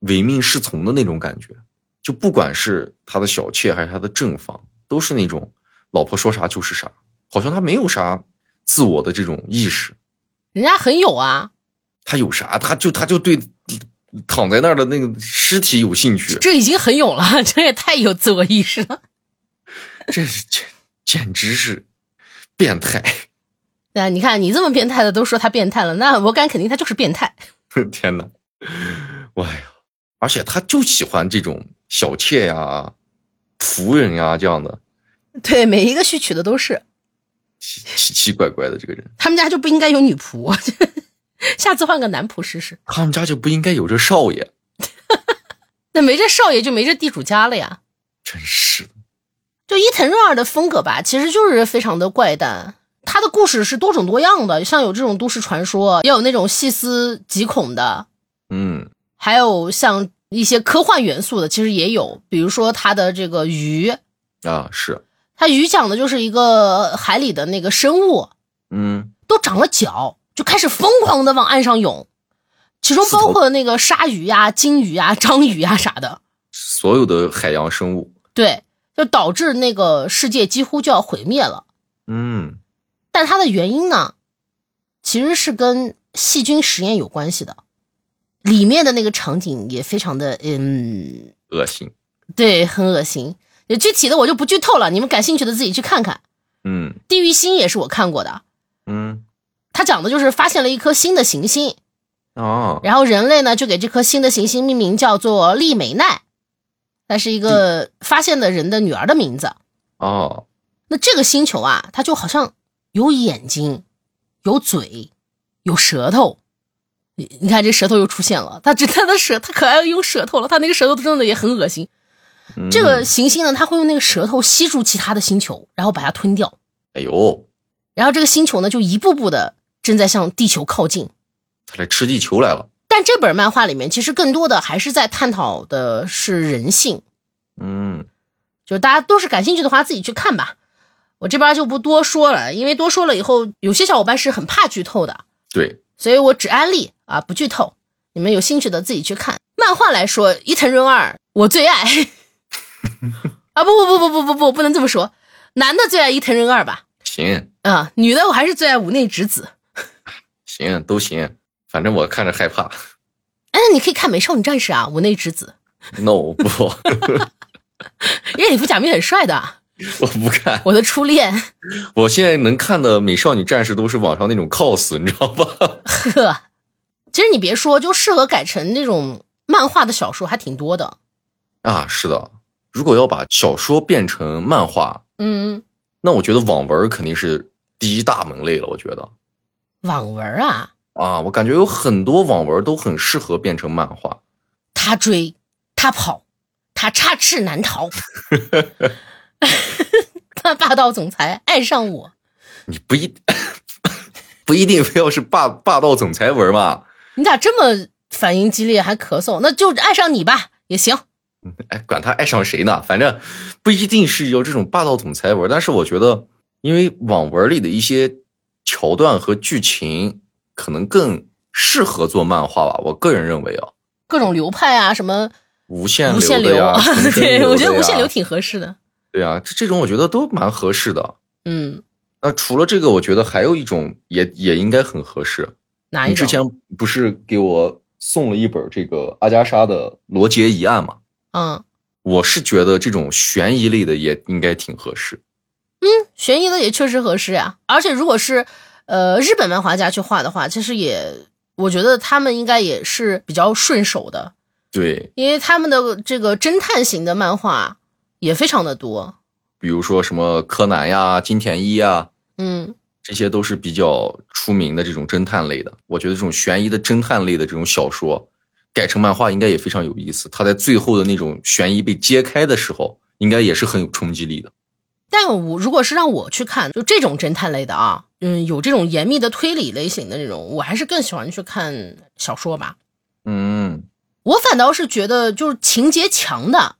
Speaker 2: 唯命是从的那种感觉，就不管是他的小妾还是他的正房，都是那种老婆说啥就是啥，好像他没有啥自我的这种意识。
Speaker 1: 人家很有啊，
Speaker 2: 他有啥？他就他就对躺在那儿的那个尸体有兴趣，
Speaker 1: 这已经很有了， 这也太有自我意识了。
Speaker 2: 这是简简直是变态！
Speaker 1: 那哎你看你这么变态的都说他变态了，那我敢肯定他就是变态。
Speaker 2: 天哪！哎呀，而且他就喜欢这种小妾呀、啊、仆人呀、啊、这样的。
Speaker 1: 对，每一个续娶的都是。
Speaker 2: 奇奇奇怪怪的这个人，
Speaker 1: 他们家就不应该有女仆， 下次换个男仆试试。
Speaker 2: 他们家就不应该有这少爷，
Speaker 1: 那没这少爷就没这地主家了呀。
Speaker 2: 真是的，
Speaker 1: 就伊藤润二的风格吧，其实就是非常的怪诞。他的故事是多种多样的，像有这种都市传说，也有那种细思极恐的，
Speaker 2: 嗯，
Speaker 1: 还有像一些科幻元素的，其实也有，比如说他的这个鱼
Speaker 2: 啊是。
Speaker 1: 它鱼讲的就是一个海里的那个生物，
Speaker 2: 嗯，
Speaker 1: 都长了脚，就开始疯狂的往岸上涌，其中包括那个鲨鱼呀、啊、金鱼呀、啊、章鱼呀、啊、啥的，
Speaker 2: 所有的海洋生物。
Speaker 1: 对，就导致那个世界几乎就要毁灭了。
Speaker 2: 嗯，
Speaker 1: 但它的原因呢，其实是跟细菌实验有关系的，里面的那个场景也非常的嗯
Speaker 2: 恶心，
Speaker 1: 对，很恶心。具体的我就不剧透了，你们感兴趣的自己去看看。
Speaker 2: 嗯，
Speaker 1: 地狱星也是我看过的。
Speaker 2: 嗯，
Speaker 1: 它讲的就是发现了一颗新的行星，
Speaker 2: 哦，
Speaker 1: 然后人类呢就给这颗新的行星命名叫做利美奈，那是一个发现的人的女儿的名字。
Speaker 2: 哦，
Speaker 1: 那这个星球啊，它就好像有眼睛、有嘴、有舌头。你你看这舌头又出现了，它只它的舌，它可爱用舌头了，它那个舌头真的也很恶心。
Speaker 2: 嗯
Speaker 1: 这个行星呢，它会用那个舌头吸住其他的星球，然后把它吞掉。
Speaker 2: 哎呦！
Speaker 1: 然后这个星球呢，就一步步的正在向地球靠近。
Speaker 2: 它来吃地球来了。
Speaker 1: 但这本漫画里面，其实更多的还是在探讨的是人性。
Speaker 2: 嗯，
Speaker 1: 就是大家都是感兴趣的话，自己去看吧。我这边就不多说了，因为多说了以后，有些小伙伴是很怕剧透的，
Speaker 2: 对，
Speaker 1: 所以我只安利啊，不剧透。你们有兴趣的自己去看。漫画来说，伊藤润二我最爱啊！不不不不不不不，不能这么说，男的最爱伊藤润二吧？
Speaker 2: 行
Speaker 1: 啊，女的我还是最爱武内直子。
Speaker 2: 行都行，反正我看着害怕。
Speaker 1: 哎，你可以看《美少女战士》啊，武内直子，
Speaker 2: No，不，
Speaker 1: 因为里夫假面很帅的啊。
Speaker 2: 我不看。
Speaker 1: 我的初恋，
Speaker 2: 我现在能看的美少女战士都是网上那种 cos，你知道吧？
Speaker 1: 呵，其实你别说，就适合改成那种漫画的小说还挺多的。
Speaker 2: 啊，是的。如果要把小说变成漫画，
Speaker 1: 嗯，
Speaker 2: 那我觉得网文肯定是第一大门类了。我觉得
Speaker 1: 网文啊，
Speaker 2: 啊，我感觉有很多网文都很适合变成漫画。
Speaker 1: 他追，他跑，他插翅难逃。 他霸道总裁爱上我，
Speaker 2: 你不一 不一定非要是霸霸道总裁文嘛？
Speaker 1: 你咋这么反应激烈还咳嗽？那就爱上你吧也行。
Speaker 2: 哎，管他爱上谁呢，反正不一定是有这种霸道总裁文。但是我觉得，因为网文里的一些桥段和剧情，可能更适合做漫画吧。我个人认为啊，
Speaker 1: 各种流派啊，什么
Speaker 2: 无限
Speaker 1: 无限
Speaker 2: 流的
Speaker 1: 流
Speaker 2: 呀
Speaker 1: 啊，
Speaker 2: 重生
Speaker 1: 对
Speaker 2: 流
Speaker 1: 我觉得
Speaker 2: 的
Speaker 1: 无限
Speaker 2: 呀
Speaker 1: 流挺合适的。
Speaker 2: 对啊，这这种我觉得都蛮合适的。
Speaker 1: 嗯，
Speaker 2: 那除了这个，我觉得还有一种也也应该很合适。
Speaker 1: 哪
Speaker 2: 你
Speaker 1: 一
Speaker 2: 之
Speaker 1: 种？
Speaker 2: 前不是给我送了一本这个阿加莎的《罗杰一案》吗？
Speaker 1: 嗯
Speaker 2: 我是觉得这种悬疑类的也应该挺合适。
Speaker 1: 嗯，悬疑的也确实合适呀、而且如果是呃日本漫画家去画的话，其实也我觉得他们应该也是比较顺手的，
Speaker 2: 对，
Speaker 1: 因为他们的这个侦探型的漫画也非常的多。
Speaker 2: 比如说什么柯南呀、金田一呀，
Speaker 1: 嗯，
Speaker 2: 这些都是比较出名的这种侦探类的。我觉得这种悬疑的侦探类的这种小说，改成漫画应该也非常有意思。它在最后的那种悬疑被揭开的时候，应该也是很有冲击力的。
Speaker 1: 但我如果是让我去看，就这种侦探类的啊，嗯，有这种严密的推理类型的这种，我还是更喜欢去看小说吧。
Speaker 2: 嗯
Speaker 1: 我反倒是觉得就是情节强的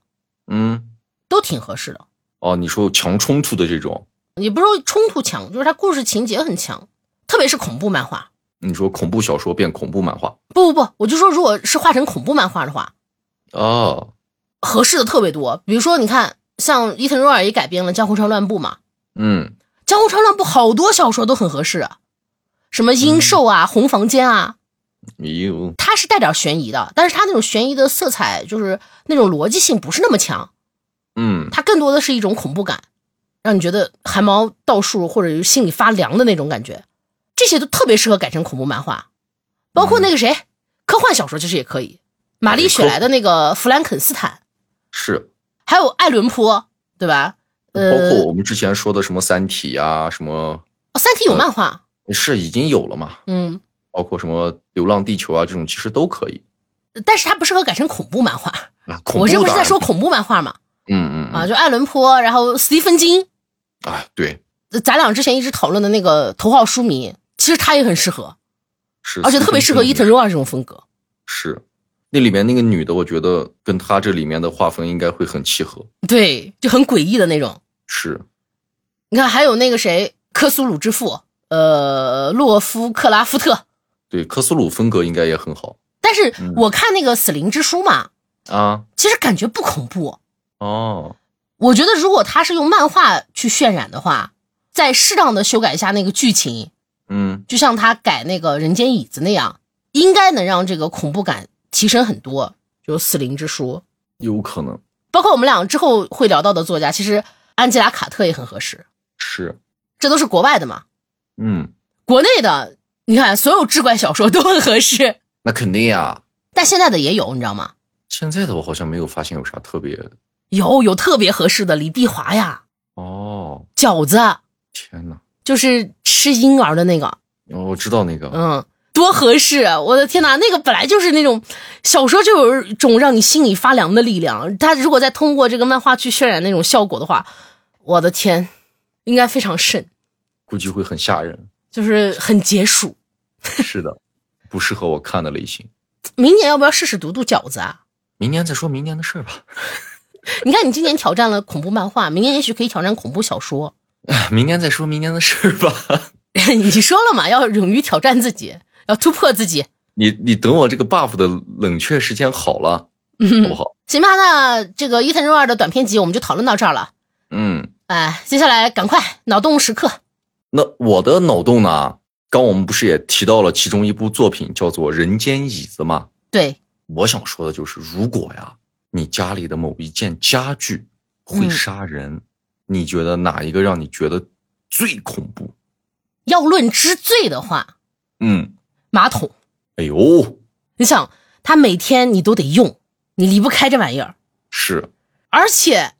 Speaker 2: 嗯，
Speaker 1: 都挺合适的，
Speaker 2: 哦，你说有强冲突的这种，
Speaker 1: 也不是说冲突强，就是它故事情节很强，特别是恐怖漫画。
Speaker 2: 你说恐怖小说变恐怖漫画，
Speaker 1: 不不不，我就说如果是画成恐怖漫画的话，
Speaker 2: 哦，
Speaker 1: 合适的特别多。比如说你看，像伊藤润二也改编了《江户川乱步》嘛，
Speaker 2: 嗯
Speaker 1: 《江户川乱步》好多小说都很合适啊，什么阴兽
Speaker 2: 嗯
Speaker 1: 啊、红房间啊，
Speaker 2: 哟，
Speaker 1: 它是带点悬疑的，但是它那种悬疑的色彩就是那种逻辑性不是那么强，
Speaker 2: 嗯，
Speaker 1: 它更多的是一种恐怖感，让你觉得汗毛倒竖或者心里发凉的那种感觉。这些都特别适合改成恐怖漫画，包括那个
Speaker 2: 嗯
Speaker 1: 谁，科幻小说其实也可以。玛丽雪莱的那个《弗兰肯斯坦
Speaker 2: 是，》，
Speaker 1: 还有《爱伦坡》，对吧？呃，
Speaker 2: 包括
Speaker 1: 《
Speaker 2: 我们之前说的什么《三体》啊，什么
Speaker 1: 哦三
Speaker 2: 嗯
Speaker 1: 体》有漫画，
Speaker 2: 是已经有了嘛，
Speaker 1: 嗯，
Speaker 2: 包括什么《流浪地球》啊这种，其实都可以
Speaker 1: 但是它不适合改成恐怖漫画。
Speaker 2: 啊。恐
Speaker 1: 我这
Speaker 2: 怖
Speaker 1: 不是
Speaker 2: 的
Speaker 1: 在说，恐怖漫画嘛？
Speaker 2: 嗯嗯
Speaker 1: 啊，就爱伦坡，然后斯蒂芬金，
Speaker 2: 嗯啊，对，
Speaker 1: 咱俩之前一直讨论的那个《头号书迷》，其实它也很适合，
Speaker 2: 是，
Speaker 1: 而且特别适合伊藤润二这种风格。
Speaker 2: 是。那里面那个女的，我觉得跟她这里面的画风应该会很契合。
Speaker 1: 对，就很诡异的那种。
Speaker 2: 是，
Speaker 1: 你看，还有那个谁，科苏鲁之父，呃，洛夫克拉夫特。
Speaker 2: 对，科斯鲁风格应该也很好
Speaker 1: 但是
Speaker 2: 嗯
Speaker 1: 我看那个《死灵之书》嘛，
Speaker 2: 啊。
Speaker 1: 其实感觉不恐怖。
Speaker 2: 哦，
Speaker 1: 我觉得如果他是用漫画去渲染的话，再适当的修改一下那个剧情，
Speaker 2: 嗯，
Speaker 1: 就像他改那个《人间椅子》那样，应该能让这个恐怖感提升很多。就《死灵之书》，
Speaker 2: 有可能
Speaker 1: 包括我们俩之后会聊到的作家，其实安吉拉·卡特也很合适，
Speaker 2: 是，
Speaker 1: 这都是国外的嘛。
Speaker 2: 嗯，
Speaker 1: 国内的，你看所有志怪小说都很合适，
Speaker 2: 那肯定呀。
Speaker 1: 但现在的也有，你知道吗？
Speaker 2: 现在的我好像没有发现有啥特别
Speaker 1: 有有特别合适的李碧华呀，
Speaker 2: 哦，
Speaker 1: 饺子
Speaker 2: 天哪！
Speaker 1: 就是吃婴儿的那个，
Speaker 2: 哦，我知道那个，
Speaker 1: 嗯，多合适！我的天哪，那个本来就是那种小说就有一种让你心里发凉的力量，他如果再通过这个漫画去渲染那种效果的话，我的天，应该非常甚，
Speaker 2: 估计会很吓 人。
Speaker 1: 就是很解暑。
Speaker 2: 是的，不适合我看的类型。
Speaker 1: 明年要不要试试读读饺子啊？
Speaker 2: 明年再说明年的事儿吧。
Speaker 1: 你看你今年挑战了恐怖漫画，明年也许可以挑战恐怖小说。
Speaker 2: 唉哎明天再说明天的事儿吧。
Speaker 1: 你说了嘛，要勇于挑战自己，要突破自己。
Speaker 2: 你你等我这个 buff 的冷却时间好了，好不
Speaker 1: 嗯，
Speaker 2: 好？
Speaker 1: 行吧，那这个伊藤润二的短篇集我们就讨论到这儿了。
Speaker 2: 嗯，
Speaker 1: 哎，接下来赶快脑洞时刻。
Speaker 2: 那我的脑洞呢？刚我们不是也提到了其中一部作品叫做《人间椅子》吗？
Speaker 1: 对，
Speaker 2: 我想说的就是，如果呀，你家里的某一件家具会
Speaker 1: 嗯
Speaker 2: 杀人，你觉得哪一个让你觉得最恐怖？
Speaker 1: 要论之最的话，
Speaker 2: 嗯，
Speaker 1: 马桶，
Speaker 2: 哎呦，
Speaker 1: 你想，它每天你都得用，你离不开这玩意儿。
Speaker 2: 是
Speaker 1: 而且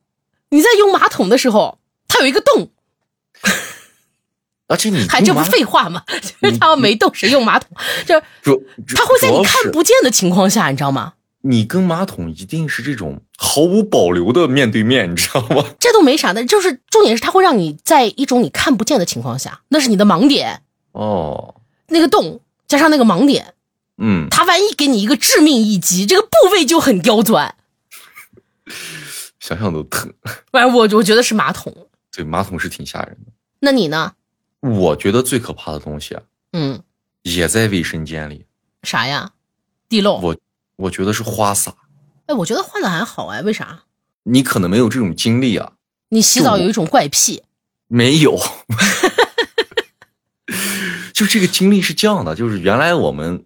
Speaker 1: 你在用马桶的时候，它有一个洞，
Speaker 2: 而且你
Speaker 1: 嗨，这
Speaker 2: 用
Speaker 1: 不
Speaker 2: 完
Speaker 1: 废话吗？就是它要没洞，谁用马桶？这
Speaker 2: 主主
Speaker 1: 它会在
Speaker 2: 主
Speaker 1: 你
Speaker 2: 要
Speaker 1: 看
Speaker 2: 是
Speaker 1: 不见的情况下，你知道吗？
Speaker 2: 你跟马桶一定是这种毫无保留的面对面，你知道吗？
Speaker 1: 这都没啥的，就是重点是它会让你在一种你看不见的情况下，那是你的盲点，
Speaker 2: 哦，
Speaker 1: 那个洞加上那个盲点，
Speaker 2: 嗯，
Speaker 1: 它万一给你一个致命一击，这个部位就很刁钻。
Speaker 2: 想想都疼。
Speaker 1: 反正我我觉得是马桶。
Speaker 2: 对，马桶是挺吓人的。
Speaker 1: 那你呢？
Speaker 2: 我觉得最可怕的东西啊，
Speaker 1: 嗯，
Speaker 2: 也在卫生间里。
Speaker 1: 啥呀？地漏？
Speaker 2: 我我觉得是花洒。
Speaker 1: 哎，我觉得换的还好哎，为啥？
Speaker 2: 你可能没有这种经历啊，
Speaker 1: 你洗澡
Speaker 2: 就
Speaker 1: 有一种怪癖，
Speaker 2: 没有。 就这个经历是这样的，就是原来我们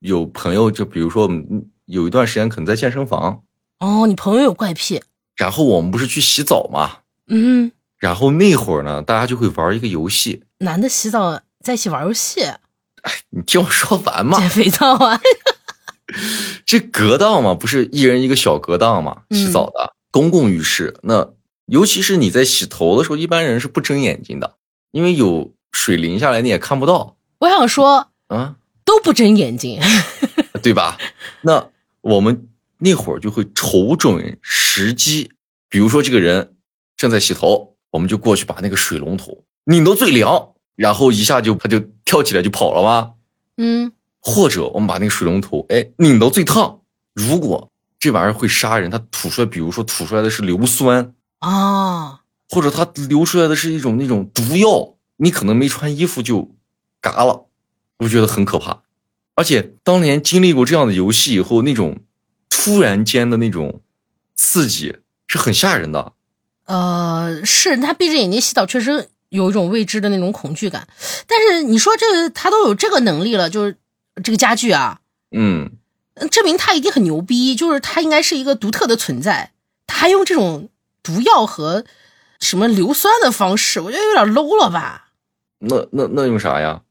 Speaker 2: 有朋友，就比如说嗯有一段时间可能在健身房，
Speaker 1: 哦，你朋友有怪癖，
Speaker 2: 然后我们不是去洗澡嘛，
Speaker 1: 嗯，
Speaker 2: 然后那会儿呢，大家就会玩一个游戏，
Speaker 1: 男的洗澡在一起玩游戏，
Speaker 2: 你听我说 完嘛
Speaker 1: 减，肥皂啊，
Speaker 2: 这隔档嘛，不是一人一个小隔档嘛，
Speaker 1: 嗯
Speaker 2: 洗澡的、公共浴室，那尤其是你在洗头的时候，一般人是不睁眼睛的，因为有水淋下来你也看不到
Speaker 1: 我想说
Speaker 2: 啊，
Speaker 1: 都不睁眼睛，
Speaker 2: 对吧？那我们那会儿就会瞅准时机，比如说这个人正在洗头，我们就过去把那个水龙头拧到最凉，然后一下就他就跳起来就跑了吗？
Speaker 1: 嗯，
Speaker 2: 或者我们把那个水龙头哎拧到最烫，如果这玩意儿会杀人，它吐出来，比如说吐出来的是硫酸，
Speaker 1: 哦，
Speaker 2: 或者它流出来的是一种那种毒药，你可能没穿衣服就嘎了，我觉得很可怕。而且当年经历过这样的游戏以后，那种突然间的那种刺激是很吓人的。
Speaker 1: 呃，是他闭着眼睛洗澡，确实有一种未知的那种恐惧感。但是你说这他都有这个能力了，就是这个家具啊，
Speaker 2: 嗯，
Speaker 1: 嗯证明他一定很牛逼，就是他应该是一个独特的存在。他还用这种毒药和什么硫酸的方式，我觉得有点 low 了吧？
Speaker 2: 那那那用啥呀？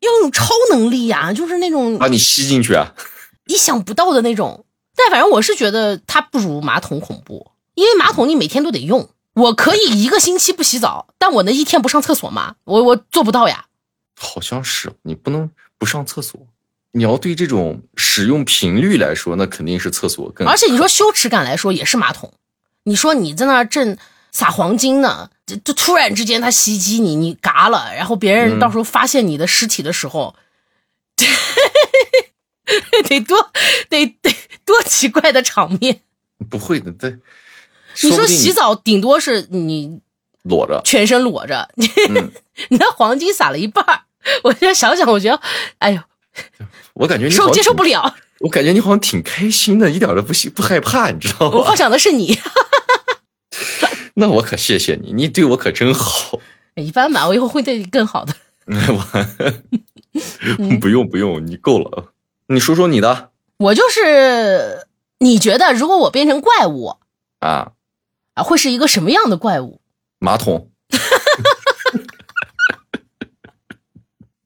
Speaker 1: 要用超能力呀、就是那种
Speaker 2: 把你吸进去啊？
Speaker 1: 意想不到的那种。但反正我是觉得它不如马桶恐怖，因为马桶你每天都得用。我可以一个星期不洗澡，但我能一天不上厕所吗？我我做不到呀。
Speaker 2: 好像是你不能不上厕所。你要对这种使用频率来说，那肯定是厕所更。
Speaker 1: 而且你说羞耻感来说也是马桶，你说你在那儿正撒黄金呢，就就突然之间他袭击你，你嘎了，然后别人
Speaker 2: 嗯
Speaker 1: 到时候发现你的尸体的时候， 得多得得多奇怪的场面。
Speaker 2: 不会的，对。
Speaker 1: 你
Speaker 2: 不
Speaker 1: 说
Speaker 2: 定
Speaker 1: 洗澡顶多是你
Speaker 2: 裸着，
Speaker 1: 全身裸着，你
Speaker 2: 嗯
Speaker 1: 你 那黄金撒了一半儿，我现在想想，我觉得，哎呦，
Speaker 2: 我感觉你好
Speaker 1: 受
Speaker 2: 像
Speaker 1: 接受不
Speaker 2: 了。
Speaker 1: 了。
Speaker 2: 我感觉你好像挺开心的，一点都不喜不害怕，你知道
Speaker 1: 我
Speaker 2: 吗？
Speaker 1: 幻想的是你，
Speaker 2: 那我可谢谢你，你对我可真好。
Speaker 1: 一般吧，我以后会对你更好的。
Speaker 2: 我 不用不用，你够了。你说说你的
Speaker 1: 我就是，你觉得如果我变成怪物
Speaker 2: 啊，
Speaker 1: 啊，会是一个什么样的怪物？
Speaker 2: 马桶。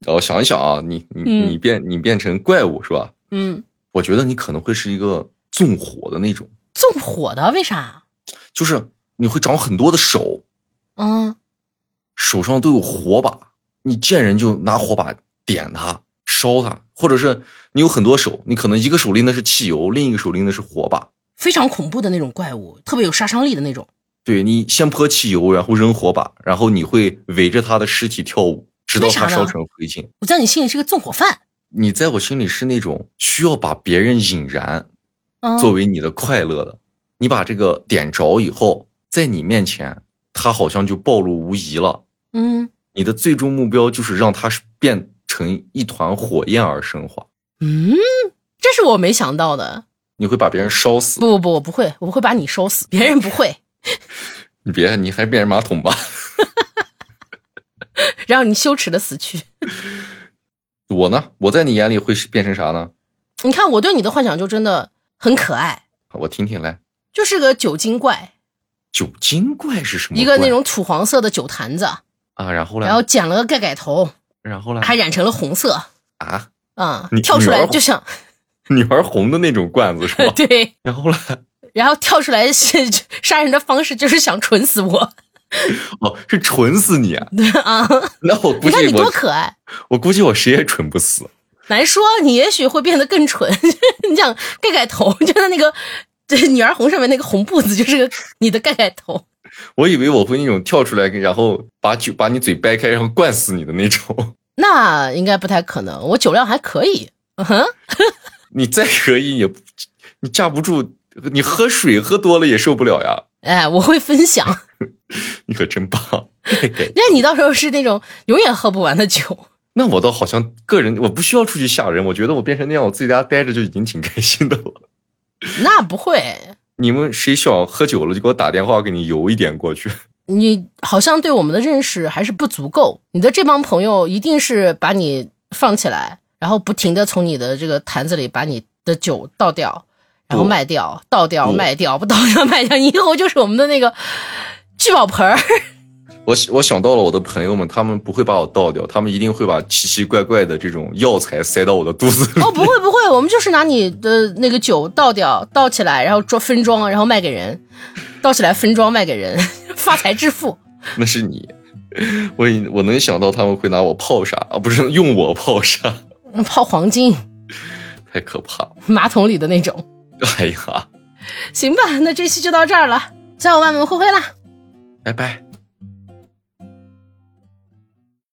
Speaker 2: 我想一想啊，你你
Speaker 1: 嗯
Speaker 2: 你变你变成怪物是吧？
Speaker 1: 嗯，
Speaker 2: 我觉得你可能会是一个纵火的那种，
Speaker 1: 纵火的，为啥？
Speaker 2: 就是你会长很多的手，
Speaker 1: 嗯，
Speaker 2: 手上都有火把，你见人就拿火把点它、烧它，或者是你有很多手，你可能一个手拎的是汽油，另一个手拎的是火把。
Speaker 1: 非常恐怖的那种怪物，特别有杀伤力的那种。
Speaker 2: 对你先泼汽油，然后扔火把，然后你会围着他的尸体跳舞，直到
Speaker 1: 为啥
Speaker 2: 他
Speaker 1: 呢
Speaker 2: 烧成灰烬。
Speaker 1: 我在你心里是个纵火犯。
Speaker 2: 你在我心里是那种需要把别人引燃
Speaker 1: 嗯，
Speaker 2: 作为你的快乐的，你把这个点着以后，在你面前，他好像就暴露无遗了。
Speaker 1: 嗯
Speaker 2: 你的最终目标就是让它是变成一团火焰而升华，
Speaker 1: 嗯，这是我没想到的。
Speaker 2: 你会把别人烧死。
Speaker 1: 不不不，我不会，我不会把你烧死，别人不会，
Speaker 2: 你别，你还变成马桶吧。
Speaker 1: 让你羞耻的死去。
Speaker 2: 我呢？我在你眼里会是变成啥呢？
Speaker 1: 你看我对你的幻想就真的很可爱，
Speaker 2: 我听听来。
Speaker 1: 就是个酒精怪，
Speaker 2: 酒精怪是什么怪？
Speaker 1: 一个那种土黄色的酒坛子，
Speaker 2: 啊，然后呢？
Speaker 1: 然后剪了个盖盖头，
Speaker 2: 然后呢？
Speaker 1: 还染成了红色，
Speaker 2: 啊，
Speaker 1: 啊、
Speaker 2: 你
Speaker 1: 跳出
Speaker 2: 女
Speaker 1: 来
Speaker 2: 儿
Speaker 1: 就像
Speaker 2: 女孩红的那种罐子是吧？
Speaker 1: 对，
Speaker 2: 然后呢？
Speaker 1: 然后跳出来是 杀人的方式就是想蠢死我
Speaker 2: 哦，是蠢死你、啊！
Speaker 1: 啊！
Speaker 2: 那我估
Speaker 1: 你看
Speaker 2: 计
Speaker 1: 你多
Speaker 2: 我，
Speaker 1: 可爱，
Speaker 2: 我估计我谁也蠢不死。
Speaker 1: 难说你也许会变得更蠢。 你想盖盖头，就是那个对女儿红上面那个红布子，就是个你的盖盖头。
Speaker 2: 我以为我会那种跳出来，然后把酒把你嘴掰开，然后灌死你的那种。
Speaker 1: 那应该不太可能，我酒量还可以。嗯哼，
Speaker 2: 你再可以也不，你架不住，你喝水喝多了也受不了呀。
Speaker 1: 哎，我会分享。
Speaker 2: 你可真棒！
Speaker 1: 那你到时候是那种永远喝不完的酒。
Speaker 2: 那我倒好像个人，我不需要出去吓人，我觉得我变成那样，我自己在家待着就已经挺开心的了。
Speaker 1: 那不会，
Speaker 2: 你们谁想喝酒了，就给我打电话，给你游一点过去。
Speaker 1: 你好像对我们的认识还是不足够。你的这帮朋友一定是把你放起来，然后不停的从你的这个坛子里把你的酒倒掉，然后
Speaker 2: 不
Speaker 1: 卖掉，倒掉，
Speaker 2: 不
Speaker 1: 卖掉，不倒掉，卖掉。你以后就是我们的那个聚宝盆儿。
Speaker 2: 我我想到了我的朋友们，他们不会把我倒掉，他们一定会把奇奇怪怪的这种药材塞到我的肚子里。
Speaker 1: 哦，不会不会，我们就是拿你的那个酒倒掉，倒起来，然后装分装，然后卖给人，倒起来分装卖给人，发财致富。
Speaker 2: 那是你，我已我能想到他们会拿我泡啥啊？不是用我泡啥，
Speaker 1: 嗯 泡黄金，
Speaker 2: 太可怕了！
Speaker 1: 马桶里的那种。
Speaker 2: 哎呀，
Speaker 1: 行吧，那这期就到这儿了，小伙伴们挥挥啦。
Speaker 2: 拜拜。